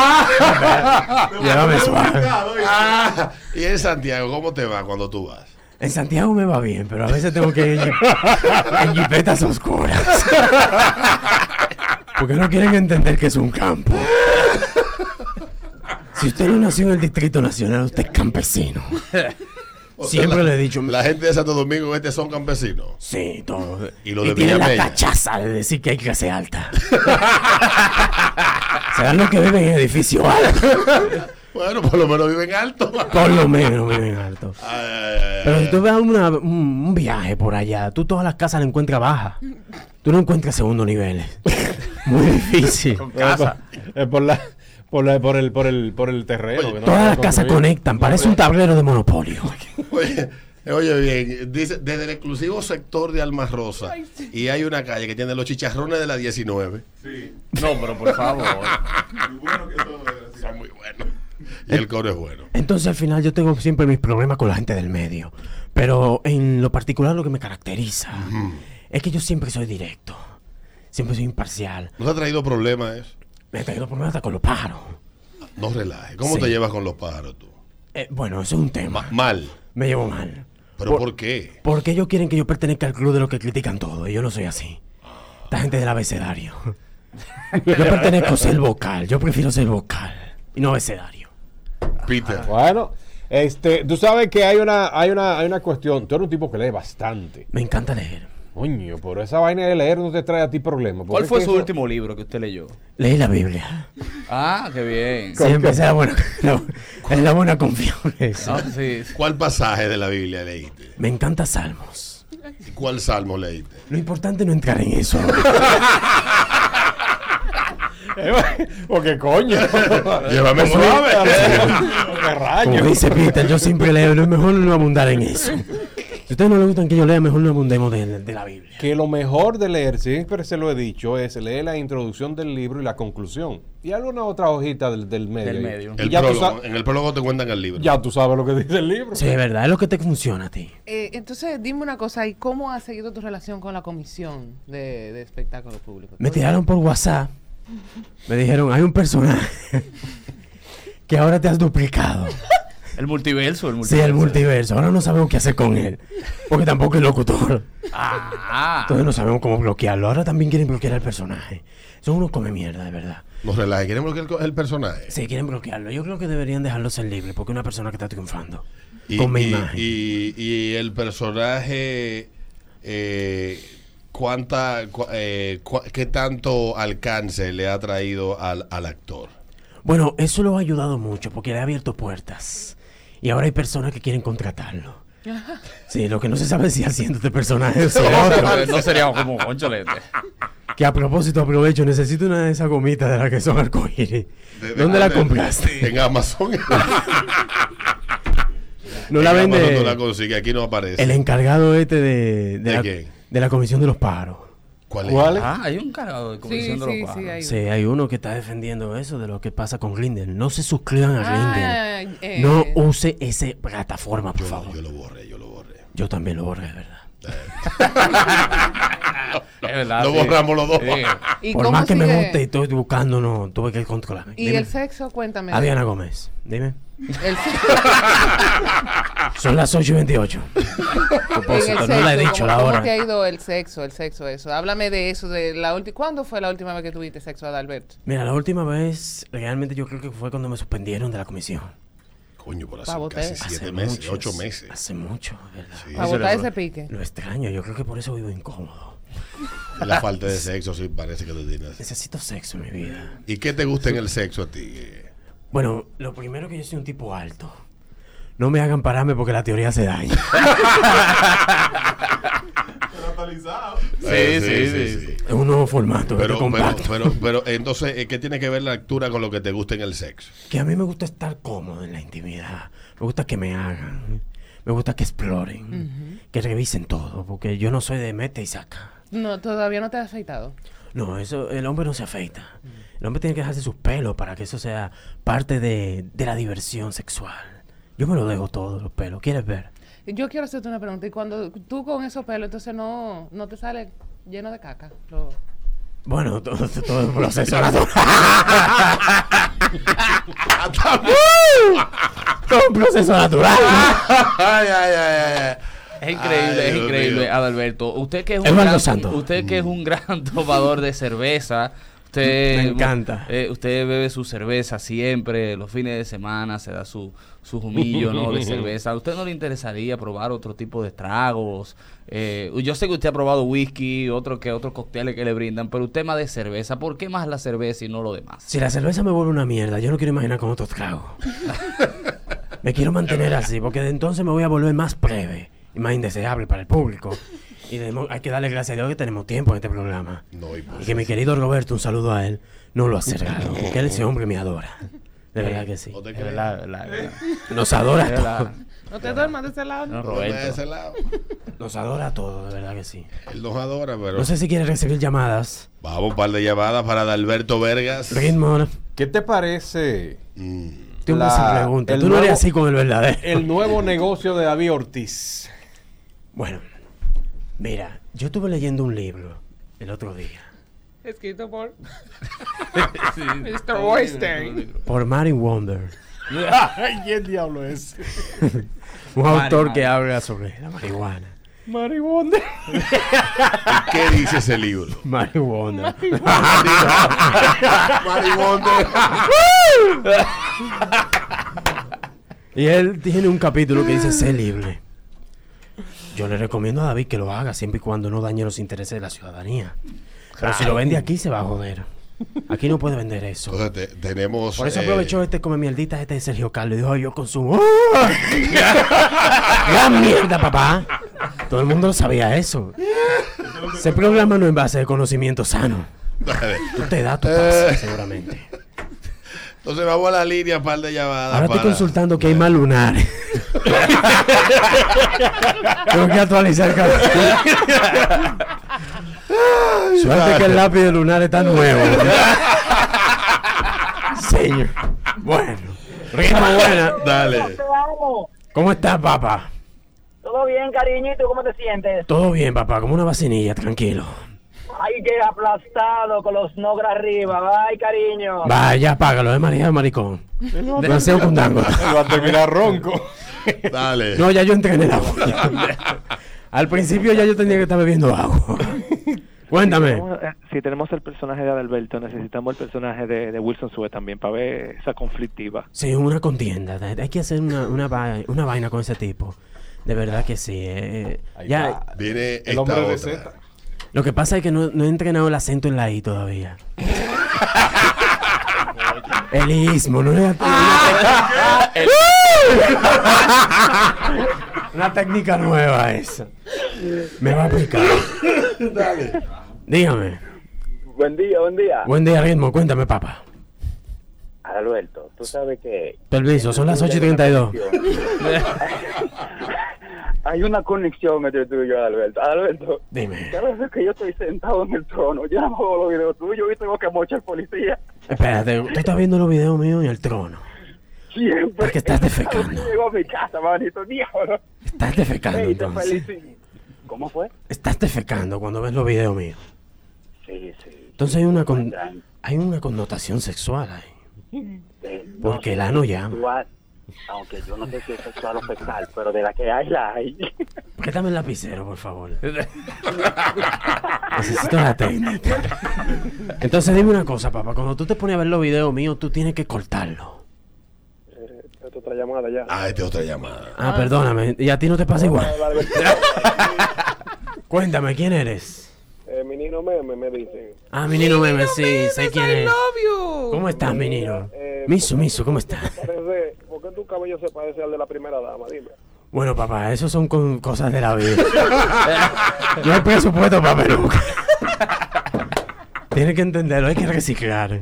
J: Ah. Llévame suave.
A: Ah, y en Santiago, ¿cómo te va cuando tú vas?
J: En Santiago me va bien, pero a veces tengo que ir en jip- en jipetas oscuras. Porque no quieren entender que es un campo. Si usted no nació en el Distrito Nacional, usted es campesino.
A: O sea,
J: Siempre
A: la-
J: le he dicho.
A: La gente de Santo Domingo este son campesinos.
J: Sí, todos.
A: Y lo
J: y
A: de
J: tiene la
A: Villamella.
J: cachaza de decir que hay clase alta. Serán los que viven en edificios altos.
A: Bueno, por lo menos viven alto.
J: Por lo menos viven altos. Pero si tú vas a una- un, un viaje por allá, tú todas las casas las encuentras bajas. Tú no encuentras segundo nivel. Muy difícil.
H: Es por, es por la, por, la- por el, por, el, por el terreno. que no
J: Todas
H: se
J: las casas
H: construye.
J: conectan, parece un tablero de monopolio.
A: Oye, oye bien, dice, desde el exclusivo sector de Almas Rosa y hay una calle que tiene los chicharrones de la 19.
B: No, pero
A: [laughs]
B: por favor.
A: Son muy buenos. Y el coro es bueno.
J: Entonces al final yo tengo siempre mis problemas con la gente del medio. Pero en lo particular lo que me caracteriza es que yo siempre soy directo. Siempre soy imparcial.
A: ¿No te ha traído problemas eso?
J: Me he traído problemas hasta con los pájaros.
A: No relajes. ¿Cómo
J: Sí.
A: te llevas con los pájaros tú?
J: Eh, bueno, eso es un tema.
A: Ma- mal.
J: Me llevo mal.
A: ¿Pero
J: Por-
A: por, qué?
J: Porque ellos quieren que yo pertenezca al club de los que critican todo. Y yo no soy así. Esta gente
F: [laughs]
J: del abecedario. Yo pertenezco a ser vocal. Yo prefiero ser vocal. Y no abecedario.
A: Peter.
H: Bueno, este, tú sabes que hay una, hay una, hay una cuestión. Tú eres un tipo que lee bastante.
J: Me encanta leer.
H: Coño, pero esa vaina de leer no te trae a ti problemas. porque
B: ¿Cuál
H: es
B: fue
H: que
B: su
H: eso-
B: último libro que usted leyó?
J: Leí la Biblia.
B: Ah, qué bien.
J: Siempre es la buena, la- es la buena confiable.
B: Ah, sí.
A: ¿Cuál pasaje de la Biblia leíste?
J: Me encanta Salmos.
A: ¿Y ¿Cuál salmo leíste?
J: Lo importante es no entrar en eso.
H: [laughs] Porque
J: [laughs]
H: coño.
A: Llévame
H: [laughs]
A: suave.
H: Porque rayo.
J: Como dice Peter, yo siempre leo. No es mejor no abundar en eso. Si a ustedes no les gustan que yo lea, mejor no abundemos de, de la Biblia.
H: Que lo mejor de leer, siempre se lo he dicho, es leer la introducción del libro y la conclusión. Y alguna otra hojita del, del medio.
B: Del medio.
A: [laughs]
H: Y
A: El
H: ya, tú
A: prólogo,
H: sa-
A: en el prólogo te cuentan el libro.
H: ya tú sabes lo que dice el libro.
J: Sí, es verdad, es lo que te funciona a ti.
C: Eh, entonces, dime una cosa, ¿y cómo ha seguido tu relación con la comisión de, de espectáculos públicos?
J: Me tiraron por WhatsApp. Me dijeron, hay un personaje que ahora te has duplicado.
B: El multiverso, el
J: Sí,
B: multiverso.
J: el multiverso. Ahora no sabemos qué hacer con él. Porque tampoco es locutor.
B: Ah,
J: Entonces no sabemos cómo bloquearlo. Ahora también quieren bloquear al personaje. Son unos come mierda, de verdad.
A: No relajes. Queremos que el, el personaje.
J: Sí, quieren bloquearlo. Yo creo que deberían dejarlo ser libre porque es una persona que está triunfando.
A: Y,
J: con mi
A: y-
J: imagen.
A: y- y el personaje, eh, ¿cuánta, cua- eh, cua- ¿qué tanto alcance le ha traído al, al actor?
J: Bueno, eso lo ha ayudado mucho porque le ha abierto puertas. Y ahora hay personas que quieren contratarlo. [laughs] Sí, lo que no se sabe es si haciendo este personaje o si es otro.
B: no, no sería como concholete.
J: Que a propósito, aprovecho, necesito una de esas gomitas de las que son arcoíris.
A: De- de-
J: ¿Dónde la
A: de-
J: compraste?
A: En Amazon.
J: [laughs] No la
A: En Amazon
J: vende
A: No la consigue, aquí no aparece.
J: el encargado este de, de,
A: ¿De
J: la,
A: quién?
J: de la Comisión de los Pájaros.
A: ¿Cuál es?
H: ¿Cuál es?
B: Ah, hay un cargado de
C: Sí,
B: comisión
C: sí,
B: de los
C: sí,
B: pájaros.
C: hay
J: Sí, hay uno que está defendiendo eso de lo que pasa con Grindr. No se suscriban a
C: Ah,
J: Grindr.
C: eh.
J: No use esa plataforma, por
A: Yo-
J: favor.
A: yo lo borré, yo lo borré.
J: Yo también lo borré, de verdad.
B: Es verdad.
A: Lo
B: sí.
A: borramos los dos.
B: Sí.
C: ¿Y
J: Por
C: cómo
J: más que me
C: sigue-
J: guste y estoy buscando, no, tuve que controlarme.
C: ¿Y
J: Dime.
C: el sexo? Cuéntame.
J: Adriana Gómez, dime.
C: El
J: [laughs]
C: sexo.
J: Son las 8 y 28.
C: En
J: Propósito,
C: el
J: no la he
C: sexo,
J: dicho
C: ¿cómo-
J: la
C: ¿Cómo
J: hora.
C: te ha ido el sexo, el sexo, eso? Háblame de eso, de la ulti- ¿Cuándo fue la última vez que tuviste sexo, Adalberto?
J: Mira, la última vez, realmente yo creo que fue cuando me suspendieron de la comisión.
A: [laughs] Coño, por hace
C: Pavote.
A: casi
C: Hace
A: siete meses,
J: mucho,
A: ocho
J: hace-
A: meses.
J: Hace mucho, de ¿verdad?
A: Sí.
C: Para
A: Eso
C: botar ese pique.
J: Lo extraño, yo creo que por eso vivo incómodo.
A: La falta de sexo, sí, parece que tú tienes.
J: Necesito sexo en mi vida.
A: ¿Y qué te gusta en el sexo a ti?
J: Bueno, lo primero que yo soy un tipo alto. No me hagan pararme porque la teoría se daña. [laughs]
A: Eh,
J: Es un nuevo formato. este
A: Pero, pero,
J: compacto.
A: pero, pero entonces, eh, ¿qué tiene que ver la altura con lo que te gusta en el sexo?
J: Que a mí me gusta estar cómodo en la intimidad. Me gusta que me hagan. Me gusta que exploren. Que revisen todo. Porque yo no soy de mete y saca.
C: No, todavía no te has afeitado.
J: No, eso, el hombre no se afeita. El hombre tiene que dejarse sus pelos para que eso sea parte de, de la diversión sexual. Yo me lo dejo todo, los pelos. ¿Quieres
H: [laughs]
J: ver?
C: Yo quiero hacerte una pregunta. Y cuando tú con esos pelos, entonces no, no te sale lleno de caca. Lo-
J: Bueno, todo, [laughs] todo el proceso natural. todo un proceso natural.
B: Ay, ay, ay, ay. Es increíble,
J: Ay,
B: es
J: Dios
B: increíble,
J: mío.
B: Adalberto. Usted que es un
J: Eduardo
B: gran,
J: Santos.
B: usted que es un gran tomador de cerveza. Usted,
J: Me encanta.
B: eh, usted bebe su cerveza siempre, los fines de semana se da su, su humillo ¿no? de cerveza. ¿A usted no le interesaría probar otro tipo de tragos? Eh, yo sé que usted ha probado whisky, otro que otros cócteles que le brindan, pero un tema de cerveza, ¿por qué más la cerveza y no lo demás?
J: Si la cerveza me vuelve una mierda, yo no quiero imaginar con otros tragos. me quiero mantener así, porque de entonces me voy a volver más breve Eh, y más indeseable para el público. Y de mo- hay que darle gracias a Dios que tenemos tiempo en este programa.
A: No, y
J: Y que mi querido Roberto, un saludo a él, no lo ha cerrado, porque él ese hombre me adora. De verdad que sí.
B: Es verdad, es verdad, es verdad.
J: Nos adora a
B: Es verdad.
J: todos.
C: No te duermas de ese lado.
B: No,
A: De
B: Roberto.
A: ese lado.
J: Nos adora a todos, de verdad que sí.
A: Él nos adora, pero.
J: No sé si quieres recibir llamadas.
A: Vamos, un par de llamadas para Dalberto Vergas. Mm.
J: Ritmo.
H: ¿Qué te parece?
J: Tú me haces pregunta.
H: Ah, el
J: Tú no eres
H: nuevo-
J: así con el verdadero.
H: El nuevo negocio de David [laughs] Ortiz.
J: Bueno, mira, yo estuve leyendo un libro el otro día
C: Escrito
B: [laughs]
C: por [laughs] Mr. Weinstein.
J: por Marin Wonder,
H: ¿Quién diablo es?
J: un
H: Mari,
J: autor
H: Mari.
J: que habla sobre la marihuana. [laughs]
H: Mari Wonder.
A: ¿Qué dice ese libro?
J: Mari Wonder.
A: Maribondo.
J: Y él tiene un capítulo que dice ser libre. Yo le recomiendo a David que lo haga siempre y cuando no dañe los intereses de la ciudadanía. Pero si lo vende aquí se va a joder. Aquí no puede vender eso. [laughs]
A: Entonces, te- tenemos.
J: Por eso
A: eh,
J: aprovechó este come mierdita este de Sergio Carlos y dijo, yo consumo. ¡Ah! ¡Gran Ah, mierda, papá! Todo el mundo lo sabía eso. Se programa no en base de conocimiento sano.
A: Dale.
J: [laughs] Tú te das tu
A: Eh.
J: taxi, seguramente.
A: Entonces vamos a la línea, par de llamadas.
J: Ahora estoy
A: para-
J: consultando que hay más lunares. Tengo que actualizar el cal- Suerte que el lápiz de lunar está nuevo. [laughs] Señor. Bueno. Ritmo buena.
A: Dale.
L: Te amo.
J: ¿Cómo estás, papá?
L: ¿Todo bien, cariñito? ¿Cómo te sientes?
J: Todo bien, papá, como una vacinilla, tranquilo.
L: Ay, que aplastado con los nogras arriba. Ay, cariño.
J: Vaya, págalo, de María maricón. Demasiado cundango.
H: Va a terminar ronco.
A: Dale.
J: No, ya yo entré en el agua. Al principio ya yo tenía que estar bebiendo agua. Cuéntame.
G: eh,
M: Si tenemos el personaje de Adalberto, necesitamos el personaje de, de Wilson Sue también para ver esa conflictiva.
J: Sí, una contienda. Hay que hacer una, una, va- una vaina con ese tipo. De verdad que sí. eh. Ya,
A: Viene
H: El
A: esta
H: hombre de
A: otra.
H: Z.
J: lo que pasa es que no, no he entrenado el acento en la I todavía. El ismo, no es [laughs] Una técnica nueva esa. Me va a picar. Dígame.
D: Buen día, buen día.
J: Buen día, ritmo. Cuéntame, papá.
D: Alberto, tú sabes que
J: Permiso, son las 8 y 32.
D: [laughs] hay una conexión entre tú y yo, Alberto. Alberto,
J: Dime.
D: cada vez que yo estoy sentado en el trono, yo no veo los videos tuyos y tengo que mochar policía.
J: Espérate, tú estás viendo los videos míos en el trono.
D: Siempre.
J: Porque estás defecando.
D: Llego a mi casa, manito, diablo.
J: Estás defecando,
D: Ey, te
J: entonces.
D: felicito. ¿Cómo fue?
J: Estás defecando cuando ves los videos míos.
D: Sí, sí.
J: Entonces hay una, con- hay una connotación sexual ahí.
D: Eh,
J: Porque
D: no
J: el
D: sé
J: ano
D: si
J: llama.
D: tú has- Aunque yo no sé si es sexual o sexual, pero de la que hay, la hay.
J: [laughs] Préstame el lapicero, por favor. Necesito la técnica. [laughs] Entonces dime una cosa, papá. Cuando tú te pones a ver los videos míos, tú tienes que cortarlo.
D: Eh, otra llamada ya.
A: Ah, esta es otra llamada.
J: Ah, perdóname. ¿Y a ti no te pasa igual? [laughs] Cuéntame, ¿quién eres?
D: Eh, mi nino meme me dicen.
J: Ah, Minino Meme, sí, sé quién es.
C: Love you.
J: ¿Cómo estás, Minino? Miso, Miso, ¿cómo estás?
D: Eh, Parece, ¿por qué tu cabello
N: tuyo se parece al de la primera dama? Dime.
J: Bueno, papá, eso son con- cosas de la vida. no hay presupuesto para peluca. Tienes que entenderlo, hay que reciclar.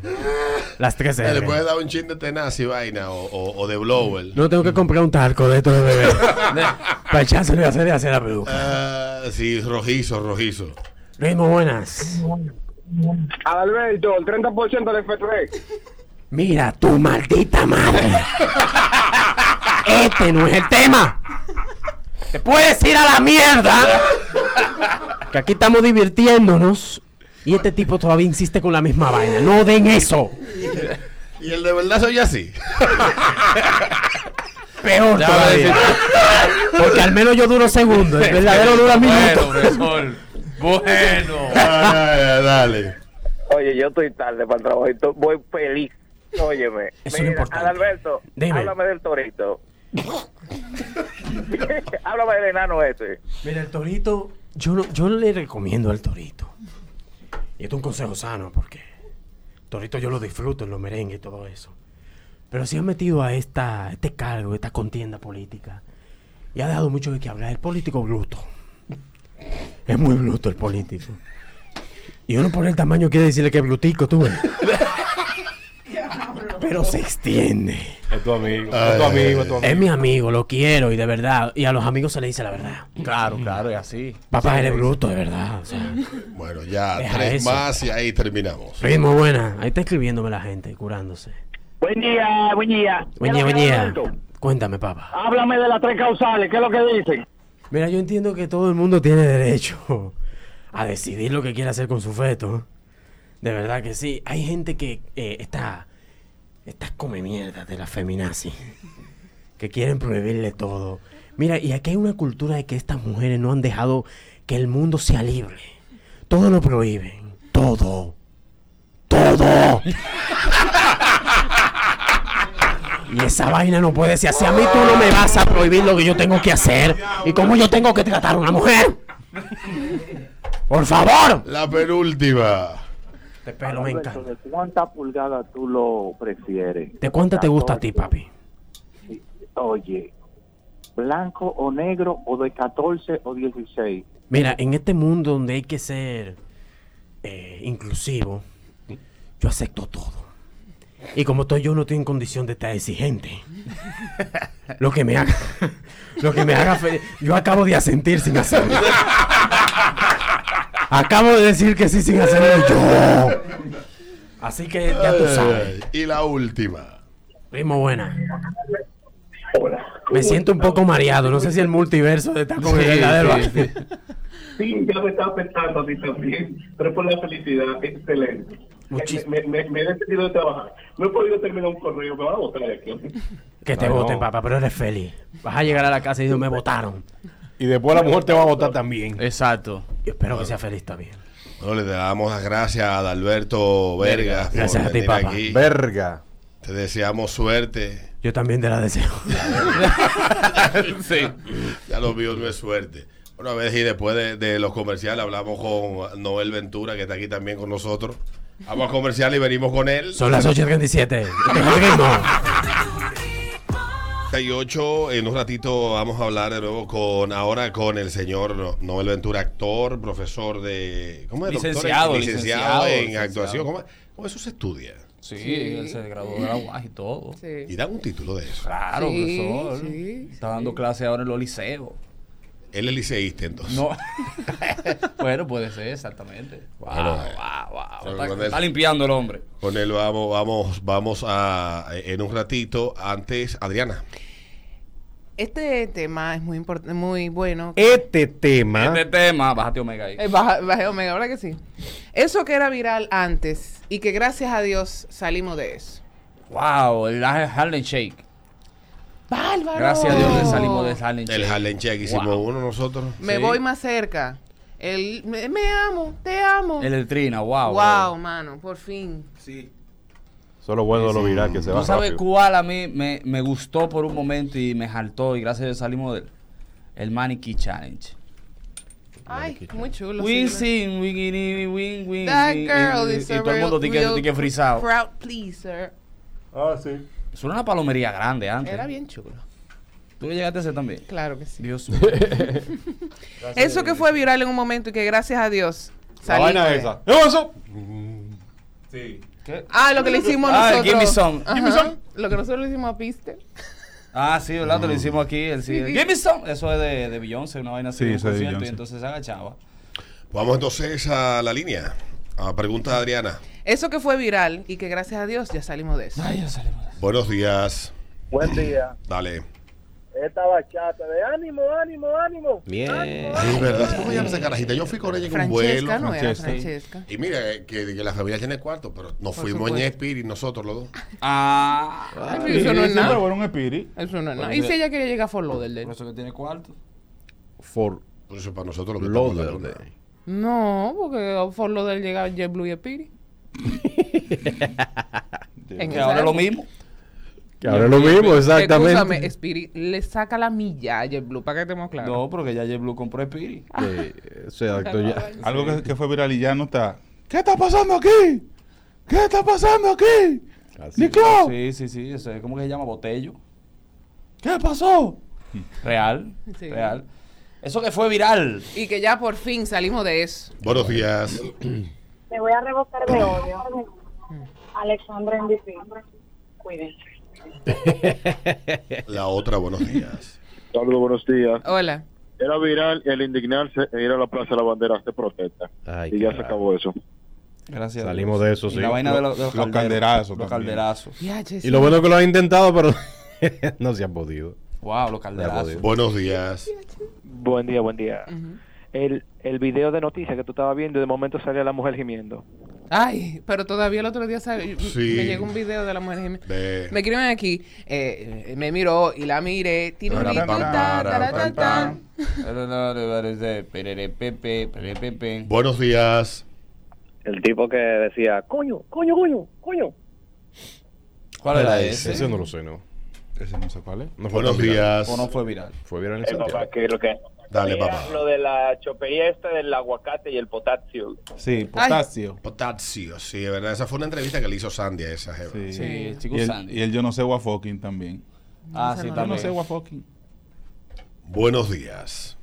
J: Las tres
A: Le
J: R.
A: puedes dar un chin de tenaz y vaina o, o- o de blower.
J: No tengo que comprar un tarco de esto de bebé. para echárselo y hacer, y hacer la peluca.
A: Ah, sí, rojizo, rojizo.
J: Ritmo, buenas.
N: Adalberto, el 30% del F3.
J: Mira, tu maldita madre. Este no es el tema. Te puedes ir a la mierda. Que aquí estamos divirtiéndonos. Y este tipo todavía insiste con la misma vaina. No den eso.
A: Y el de verdad soy [laughs] así.
J: Peor
A: Ya,
J: todavía. Porque al menos yo duro segundos. El verdadero dura minutos.
B: Bueno, Bueno.
A: Ah, dale.
E: Oye, yo estoy tarde para el trabajo y to- voy feliz. Óyeme.
J: Eso es lo importante.
E: Adalberto,
J: Dime.
E: háblame del torito. [laughs] háblame del enano ese.
J: Mira, el torito, yo no, yo no le recomiendo al torito. Y esto es un consejo sano, Ah, porque el torito yo lo disfruto en los merengues y todo eso. Pero si ha metido a esta, este cargo, esta contienda política, y ha dejado mucho de qué hablar. El político bruto. Es muy bruto el político. Y uno por el tamaño quiere decirle que es brutico, tú ves. Pero se extiende.
H: Es tu amigo. es tu amigo, es tu amigo.
J: Es mi amigo, lo quiero y de verdad. Y a los amigos se le dice la verdad.
B: Claro, claro, es así.
J: Papá,
B: Sí,
J: eres
B: sí.
J: bruto, eh. de verdad. o sea.
A: Bueno, ya
J: Deja
A: tres
J: eso.
A: más y ahí terminamos.
J: Ritmo buena. Ahí está escribiéndome la gente, curándose.
L: Buen día, buen día.
J: Buen día, buen día. Cuéntame, papá.
L: Háblame de las tres causales, ¿qué es lo que dicen?
J: Mira, yo entiendo que todo el mundo tiene derecho a decidir lo que quiere hacer con su feto. De verdad que sí. Hay gente que eh, está. Estas come mierdas de la feminazi. Que quieren prohibirle todo. Mira, y aquí hay una cultura de que estas mujeres no han dejado que el mundo sea libre. Todo lo prohíben. Todo. Todo. Y esa vaina no puede ser así. A mí tú no me vas a prohibir lo que yo tengo que hacer. Y cómo yo tengo que tratar a una mujer. Por favor.
A: La penúltima.
N: Ah,
J: Pero me encanta.
O: ¿De cuántas pulgadas tú lo prefieres?
J: ¿De cuánta te gusta a ti, papi?
O: Oye, ¿blanco o negro o de 14 o 16?
J: Mira, en este mundo donde hay que ser eh, inclusivo, yo acepto todo. Y como estoy yo no estoy en condición de estar exigente. Lo que me haga, lo que me haga feliz. Yo acabo de asentir sin hacerlo. Acabo de decir que sí sin hacerlo yo. Así que Eh, ya tú sabes.
A: Y la última.
J: Primo buena. Me siento un poco mareado. No sé si el multiverso de esta con el
P: Sí,
J: verdadero.
P: sí, sí.
N: Sí, yo me estaba pensando a ti también, pero por la felicidad, excelente. Me, me, me he decidido de trabajar. No he podido terminar un correo, me van a botar de aquí.
J: Que te
H: No,
J: voten,
H: no.
J: papá, pero eres feliz. Vas a llegar a la casa y dices, me votaron.
H: Y después la mujer te va a votar también.
B: Exacto.
J: Yo espero que sea feliz también.
A: Bueno, le damos las gracias a Adalberto Vergas. por
J: Gracias a ti,
A: venir
J: papá.
A: aquí.
H: Verga.
A: Te deseamos suerte.
J: Yo también te la deseo.
A: [laughs] sí. Ya lo mío no es suerte. Bueno, a ver, y después de, de los comerciales hablamos con Noel Ventura, que está aquí también con nosotros. Vamos a comercial y venimos con él.
J: Son las 8.37. Deja el ritmo.
A: 38, en un ratito vamos a hablar de nuevo con ahora con el señor No- Noel Ventura, actor, profesor de ¿cómo es? Doctor en- licenciado,
B: Licenciado, licenciado,
A: en
B: licenciado.
A: actuación. ¿Cómo, es? ¿Cómo eso se estudia?
B: Sí, él se graduó de la UAS y todo.
C: Sí.
A: Y dan un título de eso.
B: Claro,
C: Sí,
B: profesor.
C: sí,
B: Está dando clase ahora en los liceos.
A: Él es liceísta entonces.
B: No. [laughs] bueno, puede ser, exactamente. Wow,
A: Bueno,
B: wow, wow.
A: con
B: Está,
A: él-
B: está limpiando el hombre.
A: Con él vamos, vamos, vamos a en un ratito. Antes, Adriana.
C: Este tema es muy importante, muy bueno.
B: Eh.
H: Este tema.
B: Este tema, bájate Omega ahí.
C: Eh, baja- baja Omega, ¿verdad que sí? Eso que era viral antes y que gracias a Dios salimos de eso.
B: Wow, el Harlem Shake.
C: ¡Bárbaro!
B: Gracias a Dios le salimos del Harlem Shake.
A: El Harlem Shake hicimos
B: Wow.
A: uno nosotros.
C: Me
B: Sí.
C: voy más cerca. El, me, me amo, te amo.
B: El Eltrina, wow.
C: wow, mano, por fin. Sí.
H: Solo bueno de lo viral que se va
B: ¿Tú sabes
H: rápido.
B: cuál a mí me, me gustó por un momento y me jaltó y gracias a Dios salimos del el Maniquí Challenge?
C: Ay, muy chulo.
B: We
C: sí.
B: sing, we gini, wing, wing.
C: That
B: y- y-
C: girl
B: y,
C: is
B: y
C: a
B: todo el mundo
C: real-
B: tique,
C: real
B: tique frisado.
C: Crowd pleaser.
H: Ah, sí.
B: Eso era una palomería grande antes.
C: Era bien chulo.
B: Tú llegaste a hacer también.
C: Claro que sí.
B: Dios
C: [laughs]
B: mío.
C: Eso que fue viral en un momento y que gracias a Dios.
H: La
C: salí
H: vaina
C: con
H: esa.
C: él.
H: ¡Eso!
N: Sí.
C: Ah, lo que le hicimos
B: Ah, el
C: nosotros.
B: Give Me Some.
C: Ajá.
B: Give Me Some.
C: Lo que nosotros le hicimos a Piste.
B: Ah, sí, ¿verdad? Te lo hicimos aquí. El, sí.
C: Sí.
B: Give me some. Eso es de, de Beyoncé, una vaina así.
A: Sí,
B: de un
A: eso es de
B: concierto, y
A: Beyoncé.
B: entonces se agachaba.
A: Vamos entonces a la línea. A pregunta de Adriana.
C: Eso que fue viral y que gracias a Dios ya salimos de eso.
A: Buenos días.
D: Buen día.
A: Dale.
D: Esta bachata de ánimo, ánimo, ánimo.
A: Bien. Es verdad. ¿Cómo se llama esa carajita? Yo fui con ella en un vuelo.
C: Francesca, no era Francesca.
A: Y mira, eh, que, que la familia tiene cuarto, pero nos
C: Por
A: fuimos en
C: supuesto.
A: Spirit nosotros los dos.
B: Ah.
C: pero eso no es nada.
B: un espiri.
C: Eso no es nada. Y si ella quería llegar a Fort Lauderdale.
B: Por eso que tiene cuarto.
A: For eso para nosotros lo que estamos en la luna.
C: No, porque a Fort Lauderdale llegaba JetBlue y
B: [laughs]
C: Spirit. En
B: Que
C: esa
B: ahora es lo
C: época.
B: mismo.
H: Que ahora es lo mismo,
C: Escúchame,
H: exactamente.
C: Spirit le saca la milla a JetBlue, para que estemos claros.
B: No, porque ya JetBlue compró Spirit.
H: Eh, o sea, doctor, ya.
P: Algo que, que fue viral y ya no está. ¿Qué está pasando aquí? ¿Qué está pasando aquí? Niclao.
B: Sí, sí, sí. Eso es como que se llama botello.
P: ¿Qué pasó?
B: Real.
P: [laughs]
C: Sí.
B: Real. Eso que fue viral.
C: Y que ya por fin salimos de eso.
A: Buenos días.
Q: Me voy a revocar de odio. Alexandra MVP. Cuídense.
A: La otra, buenos días.
R: Saludos, buenos días.
C: Hola.
R: Era viral el indignarse e ir a la Plaza de la Bandera de protesta. y ya se acabó eso.
B: Gracias. a
H: Salimos
B: Dios.
H: de eso,
B: Y
H: sí.
B: la vaina de,
H: Lo-
B: los- de los,
H: los calderazos
B: Los
H: también.
B: calderazos.
H: Y lo bueno es que lo has intentado, pero [laughs] no se ha podido.
B: Wow, los
H: No ha
B: calderazos.
H: podido.
A: Buenos días.
M: Buen día, buen día. el, el video de noticias que tú estabas viendo, de momento salía la mujer gimiendo.
C: Ay, pero todavía el otro día sal-
M: Sí.
C: me llegó un video de la mujer gemela.
A: De-
C: Me escriben aquí, eh, me miró y la miré. Tiene un
B: Tarapam,
C: grito, ta, taratata.
A: Buenos días.
S: El tipo que decía, coño, coño, coño, coño.
B: ¿Cuál era ese?
H: Ese no lo sé, no.
P: Ese no sé cuál es.
H: No
A: Buenos días.
B: ¿O no fue viral?
H: Fue viral en
S: Eh, papá,
H: Santiago.
S: que lo que
A: Dale,
S: era
A: papá.
S: lo de la chopería esta del aguacate y el potasio.
P: Sí,
A: potasio. Potasio, sí, de verdad. Esa fue una entrevista que le hizo Sandy a esa jeva.
P: Sí,
B: el chico
P: y el,
B: Sandy.
P: Y el yo no sé Wafoking también.
B: Ah, sí,
P: Yo no
B: también.
P: sé Wafoking.
A: Buenos días.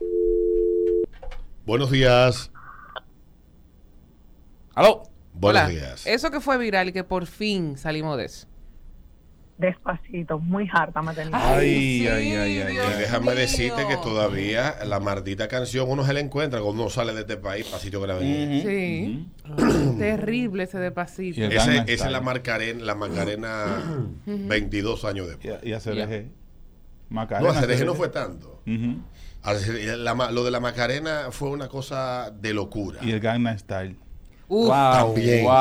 A: Buenos días.
B: ¿Aló?
A: Buenos
C: Hola.
A: días. Eh,
C: Eso que fue viral y que por fin salimos de eso.
Q: Despacito, muy harta me tenía.
A: ay, ay, ay, ay. Y déjame decirte que todavía la maldita canción uno se la encuentra cuando uno sale de este país, pasito grave.
C: Sí.
A: Mm,
C: Terrible ese de pasito.
A: Ese- Esa es la Macarena, la Macarena
C: Ujú.
A: 22 años después.
P: Y a CRG.
A: No,
P: Macarena.
A: a Cereje no
P: CRG.
A: fue tanto.
P: Ujú.
A: A Cereje- la ma- lo de la Macarena fue una cosa de locura.
P: Y el Gangnam Style.
C: Uf.
A: También.
C: Wow,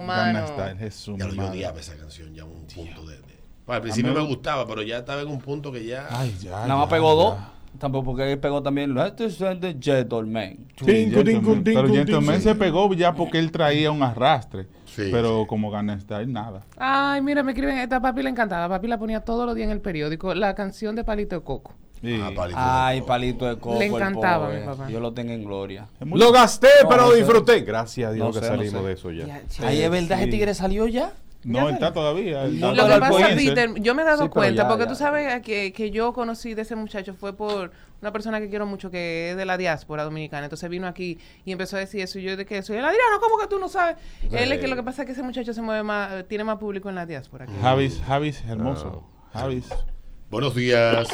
P: Gangnam
C: mano.
P: Style, Jesús.
A: Ya lo- yo
P: madre.
A: odiaba esa canción ya a un punto de... de- Bueno, al principio
P: A mí-
A: me gustaba, pero ya estaba en un punto que ya...
B: Nada más pegó dos. Tampoco porque él pegó también. Let's descend the gentleman.
P: Tingu, tingu, tingu, Pero Gentleman
B: Sí.
P: se pegó ya porque él traía un arrastre.
A: Sí,
P: pero como Gangnam Style, nada.
C: Ay, mira, me escriben, esta papi la encantaba. Papi la ponía todos los días en el periódico, la canción de Palito de Coco.
A: Ah,
B: Ay, palito de coco.
C: Le
B: el
C: encantaba a
B: pobre.
C: mi papá.
B: Yo lo tengo en gloria.
H: Lo gasté,
B: No,
H: pero
B: no
H: lo
B: sé.
H: disfruté. Gracias a Dios
B: No
H: que
B: sé, no
H: salimos
B: sé.
H: de eso ya.
B: Ay, es verdad, ese
H: Sí.
B: tigre salió ya.
P: No, él está todavía.
A: Ah,
P: él está
C: Lo que
P: todavía
C: pasa,
P: con ese.
C: Peter, yo me he dado
P: Sí, pero
C: cuenta,
P: ya,
C: porque
P: ya.
C: tú sabes que, que yo conocí de ese muchacho fue por una persona que quiero mucho, que es de la diáspora dominicana. Entonces vino aquí y empezó a decir eso. Y yo de que soy el Adriano, ¿cómo que tú no sabes?
P: Sí.
C: Él es que lo que pasa es que ese muchacho se mueve más, tiene más público en la diáspora. que-
P: Javis, Javis, hermoso.
H: Ah.
P: Javis.
A: Buenos días.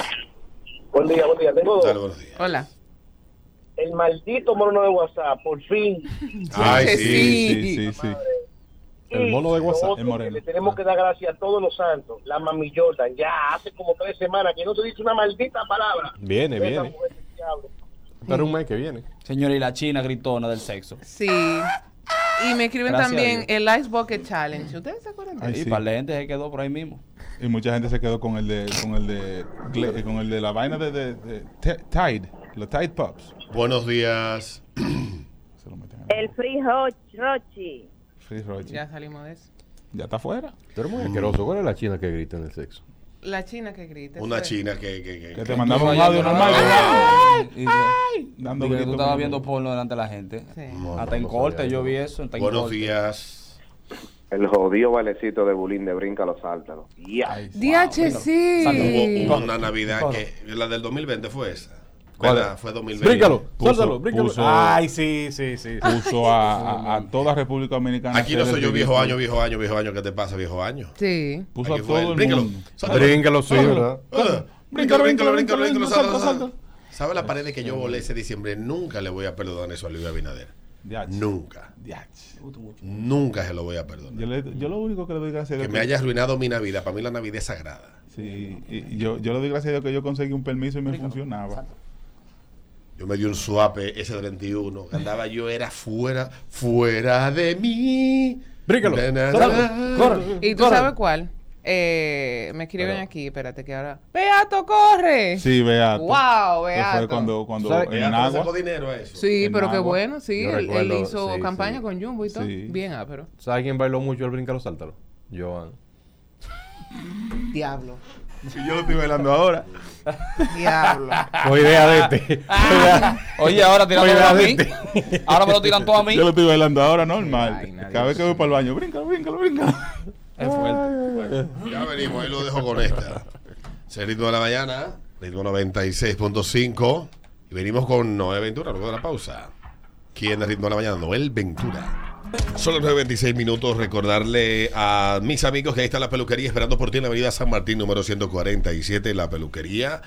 D: Buen día, buen día. Tengo
A: Dale, buenos días.
C: Hola.
D: el maldito mono de WhatsApp, por fin.
P: Ay,
D: Que
P: sí, sí, sí, sí. El
D: Y
P: mono de
D: lo
P: WhatsApp,
D: otro
P: el
D: que
P: moreno.
D: Le tenemos que dar gracias a todos los santos. La mami Jordan, ya hace como tres semanas que no te dice una maldita palabra.
H: Viene,
D: Esa
H: viene.
D: mujer es diablo.
H: Pero un mes que viene.
B: Señora, y la china gritona del sexo.
C: Sí. Y me escriben
B: Gracias
C: también el Ice Bucket Challenge. ¿Ustedes se acuerdan de
P: Ay,
C: eso?
B: y
P: sí.
B: para la gente se quedó por ahí mismo.
P: Y mucha gente se quedó con el de, con el de, gle- con el de la vaina de, de- de T- Tide, los Tide Pops.
A: Buenos días.
T: El Free Ro- Rochi.
P: Free Roger.
C: Ya salimos de eso.
P: Ya está afuera.
H: Tú eres muy asqueroso. ¿Cuál es la china que grita en el sexo?
C: La china que grita.
A: Una
C: fue.
A: china que... Que,
P: Que te mandaba un audio normal.
B: Y-
P: Dando
B: Dije que tú
P: gritos
B: estabas
P: como-
B: viendo porno delante de la gente.
C: Sí.
B: Hasta en corte yo vi eso. hasta en
A: Buenos
B: corte.
A: días.
R: El jodido valecito de Bulín de Brinca los Sáltaros.
C: DH, sí.
A: Hubo hubo una Navidad que la del 2020 fue esa.
H: ¿Cuál
A: ¿Verdad?
H: era?
A: Fue 2020.
H: Bríncalo, sáltalo, bríncalo. Ay,
A: sí, sí, sí.
P: Puso a, a- a toda República Dominicana.
A: Aquí no soy yo viejo año, viejo año, viejo año. ¿Qué te pasa, viejo año?
C: Sí.
P: Puso
A: Aquí
P: a
A: fue
P: todo el
A: bríncalo,
P: mundo.
A: sáltalo.
H: Bríncalo, sí, ¿verdad?
A: Ah,
P: Bríncalo,
A: Bríncalo,
P: bríncalo,
A: bríncalo, bríncalo,
P: bríncalo,
A: bríncalo,
P: salta,
A: salta, salta. ¿Sabe la pared de que yo volé ese diciembre? Nunca le voy a perdonar eso a Luis Abinader.
J: Ah,
A: Nunca. Nunca se lo voy a perdonar.
P: Yo, le- yo lo único que le doy gracias a Dios.
A: Que me
P: que-
A: haya arruinado mi Navidad. Para mí la Navidad es sagrada.
P: Sí, y yo, yo le doy gracias a Dios que yo conseguí un permiso y me funcionaba.
A: Yo me di un suape ese 31. que Andaba yo, era fuera, fuera de mí. Bríncalo.
C: ¿Y tú sabes cuál? Eh, me escriben aquí, espérate que ahora. ¡Beato, corre!
P: Sí, Beato.
C: ¡Wow,
P: Eso
C: Beato!
P: fue cuando, cuando
A: ¿Sabes?
H: eh,
P: en
A: Beato le
P: agua.
A: sacó dinero a eso.
C: Sí,
P: en
C: pero qué
P: agua.
C: bueno, sí.
H: Yo
C: Él, él
H: recuerdo,
C: hizo
H: sí,
C: campaña
H: sí.
C: con Jumbo y todo.
H: Sí.
C: Bien, ah, pero.
H: ¿Sabes quién bailó mucho el brinca los sáltaros? Joan.
C: Diablo.
P: yo lo estoy bailando ahora.
C: Diablo.
H: Fue idea de [laughs] este.
B: Oye, ahora tirando
P: Oye,
B: a mí.
P: vete.
B: Ahora me lo tiran todo a mí.
P: Yo lo estoy bailando ahora normal. Cada vez que voy para el baño, bríncalo, bríncalo, bríncalo.
H: Es fuerte.
A: Ya venimos, ahí lo dejo con esta. Ese ritmo de la mañana, ritmo 96.5. Y venimos con Noel Ventura, luego de la pausa. ¿Quién es ritmo de la mañana? Noel Ventura. Son los 9.26 minutos. Recordarle a mis amigos que ahí está la peluquería esperando por ti en la avenida San Martín, número 147, la peluquería.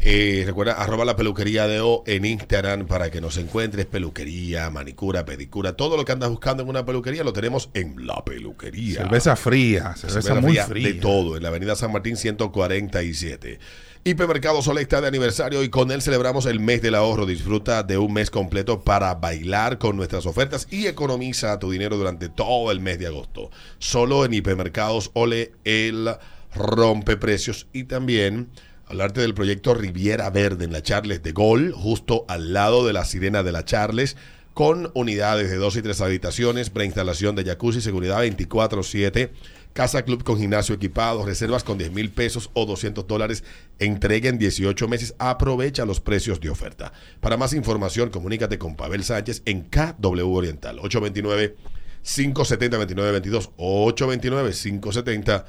A: Eh, recuerda, arroba la peluquería de O en Instagram para que nos encuentres. Peluquería, manicura, pedicura. Todo lo que andas buscando en una peluquería lo tenemos en la peluquería.
P: Cerveza fría, cerveza muy fría.
A: De todo, en la avenida San Martín 147. Hipermercado Sol está de aniversario y con él celebramos el mes del ahorro. Disfruta de un mes completo para bailar con nuestras ofertas y economiza tu dinero durante todo el mes de agosto. Solo en Hipermercados Ole el rompe precios y también hablarte del proyecto Riviera Verde en la Charles de Gol, justo al lado de la sirena de la Charles con unidades de 2 y 3 habitaciones, preinstalación de jacuzzi, seguridad 24-7, casa club con gimnasio equipado, reservas con 10 mil pesos o 200 dólares, entrega en 18 meses, aprovecha los precios de oferta. Para más información, comunícate con Pavel Sánchez en KW Oriental, 829 570 2922 829 570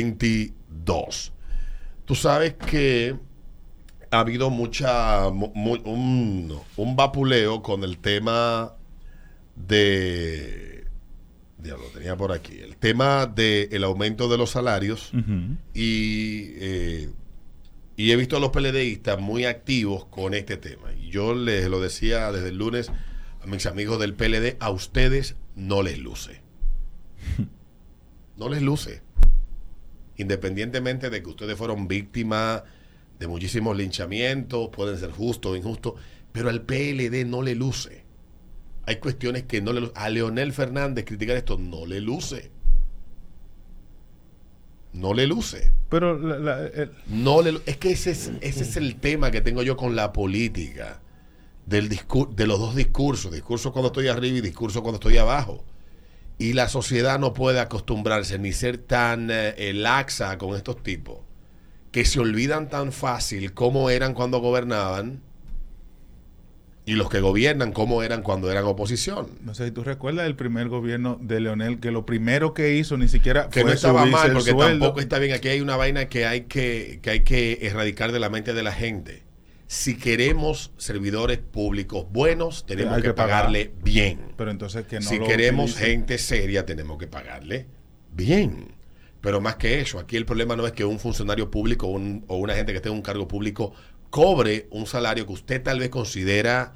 A: 2922 Tú sabes que ha habido mucha mu- mu- un, un vapuleo con el tema de diablo tenía por aquí el tema del aumento de los salarios y eh, y he visto a los PLDistas muy activos con este tema y yo les lo decía desde el lunes a mis amigos del PLD a ustedes no les luce no les luce independientemente de que ustedes fueron víctimas de muchísimos linchamientos, pueden ser justos o injustos, pero al PLD no le luce. Hay cuestiones que no le luce. A Leonel Fernández criticar esto no le luce. No le luce.
P: Pero la- la- el-
A: No le lu- es que ese es, ese es el tema que tengo yo con la política. Del discur- de los dos discursos, discurso cuando estoy arriba y discurso cuando estoy abajo. Y la sociedad no puede acostumbrarse ni ser tan eh, eh, laxa con estos tipos que se olvidan tan fácil cómo eran cuando gobernaban y los que gobiernan cómo eran cuando eran oposición.
P: no sé si tú recuerdas el primer gobierno de Leonel, que lo primero que hizo ni siquiera
A: Que
P: fue
A: no estaba
P: subirse
A: mal,
P: el
A: porque
P: sueldo.
A: tampoco está bien. Aquí hay una vaina que hay que, que hay que erradicar de la mente de la gente. Si queremos servidores públicos buenos, tenemos
P: Hay
A: que,
P: que pagar.
A: pagarle bien.
P: Pero entonces que no
A: si
P: lo
A: queremos
P: utilicen.
A: gente seria, tenemos que pagarle bien. Pero más que eso, aquí el problema no es que un funcionario público o un- o una gente que tenga un cargo público cobre un salario que usted tal vez considera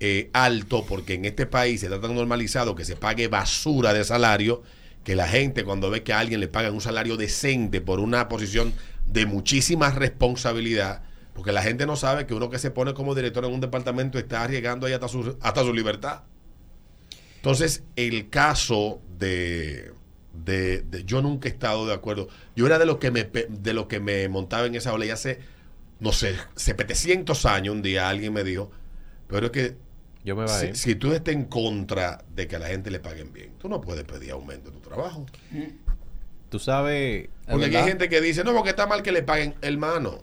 A: eh, alto, porque en este país se está tan normalizado que se pague basura de salario, que la gente cuando ve que a alguien le pagan un salario decente por una posición de muchísima responsabilidad, porque la gente no sabe que uno que se pone como director en un departamento está arriesgando ahí hasta su, hasta su libertad. Entonces, el caso de, de- de- Yo nunca he estado de acuerdo. Yo era de los que me, pe- de los que me montaba en esa ola y hace, no sé, 700 años un día alguien me dijo, pero es que
H: Yo me
A: si,
H: bajé.
A: si tú estés en contra de que a la gente le paguen bien, tú no puedes pedir aumento en tu trabajo.
H: Tú sabes.
A: Porque aquí
H: ¿verdad?
A: hay gente que dice, no, porque está mal que le paguen, hermano.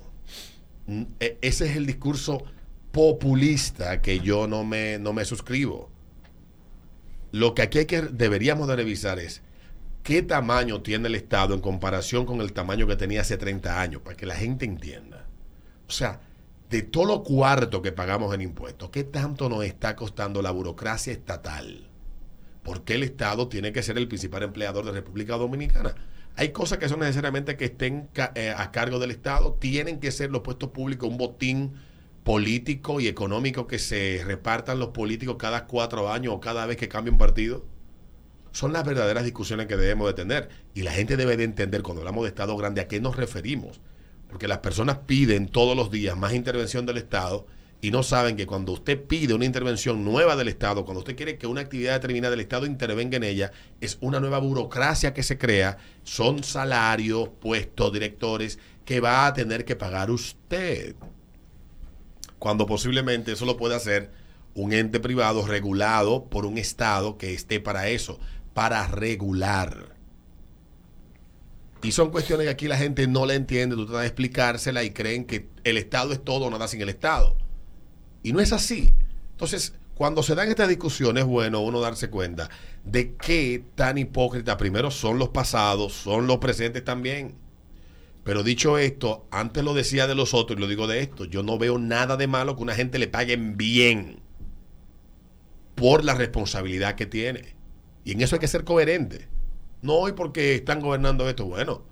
A: mm, e- Ese es el discurso populista que yo no me, no me suscribo. Lo que aquí hay que, deberíamos de revisar es qué tamaño tiene el Estado en comparación con el tamaño que tenía hace 30 años, para que la gente entienda. O sea, de todo lo cuarto que pagamos en impuestos, ¿qué tanto nos está costando la burocracia estatal? ¿Por qué el Estado tiene que ser el principal empleador de República Dominicana? Hay cosas que son necesariamente que estén ca- eh, a cargo del Estado, tienen que ser los puestos públicos un botín político y económico que se repartan los políticos cada cuatro años o cada vez que cambia un partido. Son las verdaderas discusiones que debemos de tener. Y la gente debe de entender cuando hablamos de Estado grande a qué nos referimos. Porque las personas piden todos los días más intervención del Estado y no saben que cuando usted pide una intervención nueva del Estado, cuando usted quiere que una actividad determinada del Estado intervenga en ella, es una nueva burocracia que se crea, son salarios, puestos, directores que va a tener que pagar usted. Cuando posiblemente eso lo puede hacer un ente privado regulado por un Estado que esté para eso, para regular. Y son cuestiones que aquí la gente no la entiende, tú tratas de explicársela y creen que el Estado es todo o nada sin el Estado. Y no es así. Entonces, cuando se dan estas discusiones, es bueno uno darse cuenta de qué tan hipócritas primero son los pasados, son los presentes también. Pero dicho esto, antes lo decía de los otros y lo digo de esto, yo no veo nada de malo que una gente le paguen bien por la responsabilidad que tiene. Y en eso hay que ser coherente. No hoy porque están gobernando esto, bueno,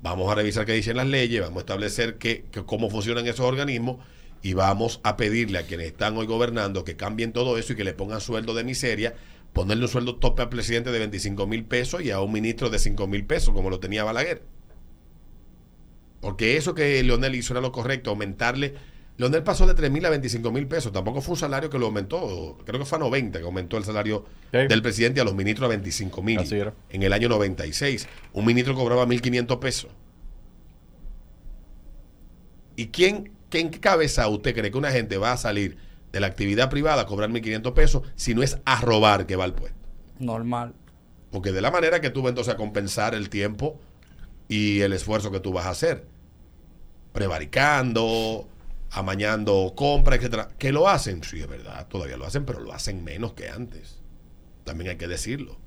A: vamos a revisar qué dicen las leyes, vamos a establecer que, que cómo funcionan esos organismos y vamos a pedirle a quienes están hoy gobernando que cambien todo eso y que le pongan sueldo de miseria, ponerle un sueldo tope al presidente de 25 mil pesos y a un ministro de 5 mil pesos, como lo tenía Balaguer. Porque eso que Leonel hizo era lo correcto, aumentarle. Leonel pasó de 3 mil a 25 mil pesos, tampoco fue un salario que lo aumentó, creo que fue a 90 que aumentó el salario
H: Sí.
A: del presidente y a los ministros a 25 mil.
H: Así era.
A: En el año 96, un ministro cobraba 1.500 pesos. ¿Y quién, qué- en qué cabeza usted cree que una gente va a salir de la actividad privada a cobrar 1.500 pesos si no es a robar que va al puesto?
B: Normal.
A: Porque de la manera que tú vas entonces a compensar el tiempo y el esfuerzo que tú vas a hacer, prevaricando, amañando compras, etcétera, que lo hacen, sí es verdad, todavía lo hacen, pero lo hacen menos que antes. También hay que decirlo.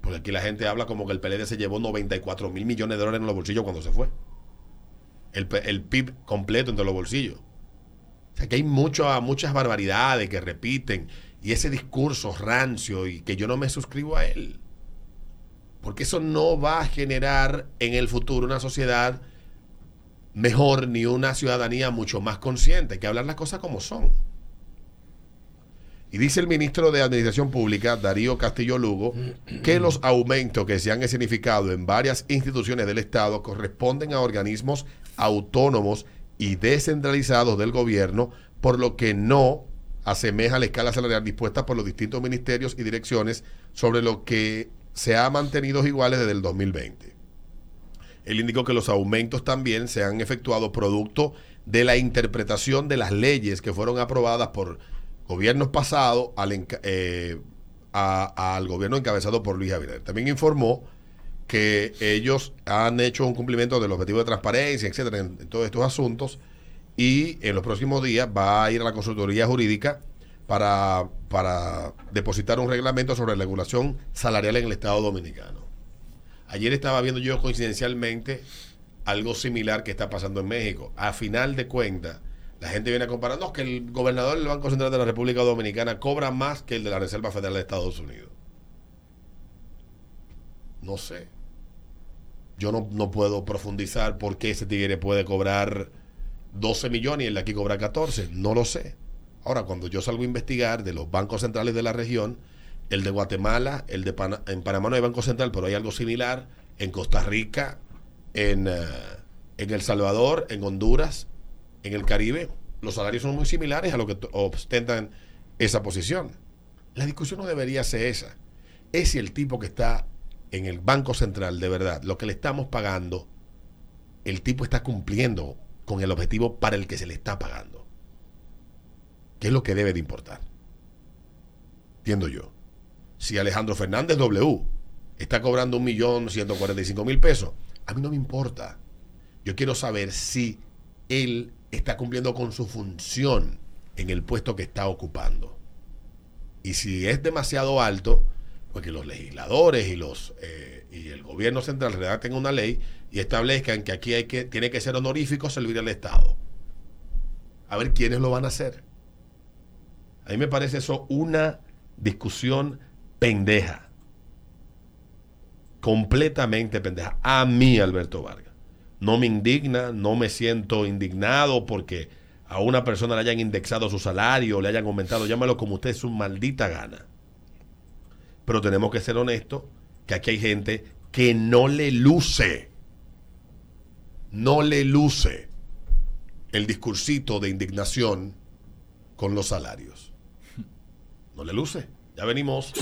A: Porque aquí la gente habla como que el PLD se llevó 94 mil millones de dólares en los bolsillos cuando se fue. El, pe- el PIB completo entre los bolsillos. O sea, que hay mucho, muchas barbaridades que repiten y ese discurso rancio y que yo no me suscribo a él. Porque eso no va a generar en el futuro una sociedad mejor ni una ciudadanía mucho más consciente. Hay que hablar las cosas como son. Y dice el ministro de Administración Pública, Darío Castillo Lugo, que los aumentos que se han escenificado en varias instituciones del Estado corresponden a organismos autónomos y descentralizados del gobierno, por lo que no asemeja la escala salarial dispuesta por los distintos ministerios y direcciones sobre lo que se ha mantenido iguales desde el 2020. Él indicó que los aumentos también se han efectuado producto de la interpretación de las leyes que fueron aprobadas por gobiernos pasados al, enca- eh, a- al gobierno encabezado por Luis Abinader. También informó que ellos han hecho un cumplimiento del objetivo de transparencia, etcétera, en, en todos estos asuntos. Y en los próximos días va a ir a la consultoría jurídica para, para depositar un reglamento sobre la regulación salarial en el Estado Dominicano. Ayer estaba viendo yo coincidencialmente algo similar que está pasando en México. A final de cuentas, la gente viene a comparar, no, que el gobernador del Banco Central de la República Dominicana cobra más que el de la Reserva Federal de Estados Unidos. No sé. Yo no, no puedo profundizar por qué ese tigre puede cobrar 12 millones y el de aquí cobra 14. No lo sé. Ahora, cuando yo salgo a investigar de los bancos centrales de la región, el de Guatemala, el de Pana- en Panamá no hay Banco Central, pero hay algo similar en Costa Rica, en, eh, en El Salvador, en Honduras, en el Caribe. Los salarios son muy similares a lo que t- ostentan esa posición. La discusión no debería ser esa. Es si el tipo que está en el Banco Central, de verdad, lo que le estamos pagando, el tipo está cumpliendo con el objetivo para el que se le está pagando. ¿Qué es lo que debe de importar? Entiendo yo si Alejandro Fernández W está cobrando un millón ciento cuarenta y cinco mil pesos, a mí no me importa. Yo quiero saber si él está cumpliendo con su función en el puesto que está ocupando. Y si es demasiado alto, porque los legisladores y los eh, y el gobierno central redacten una ley y establezcan que aquí hay que tiene que ser honorífico servir al Estado. A ver quiénes lo van a hacer. A mí me parece eso una discusión pendeja. Completamente pendeja. A mí, Alberto Vargas. No me indigna, no me siento indignado porque a una persona le hayan indexado su salario, le hayan aumentado, llámalo como usted su maldita gana. Pero tenemos que ser honestos que aquí hay gente que no le luce. No le luce el discursito de indignación con los salarios. No le luce. Ya venimos.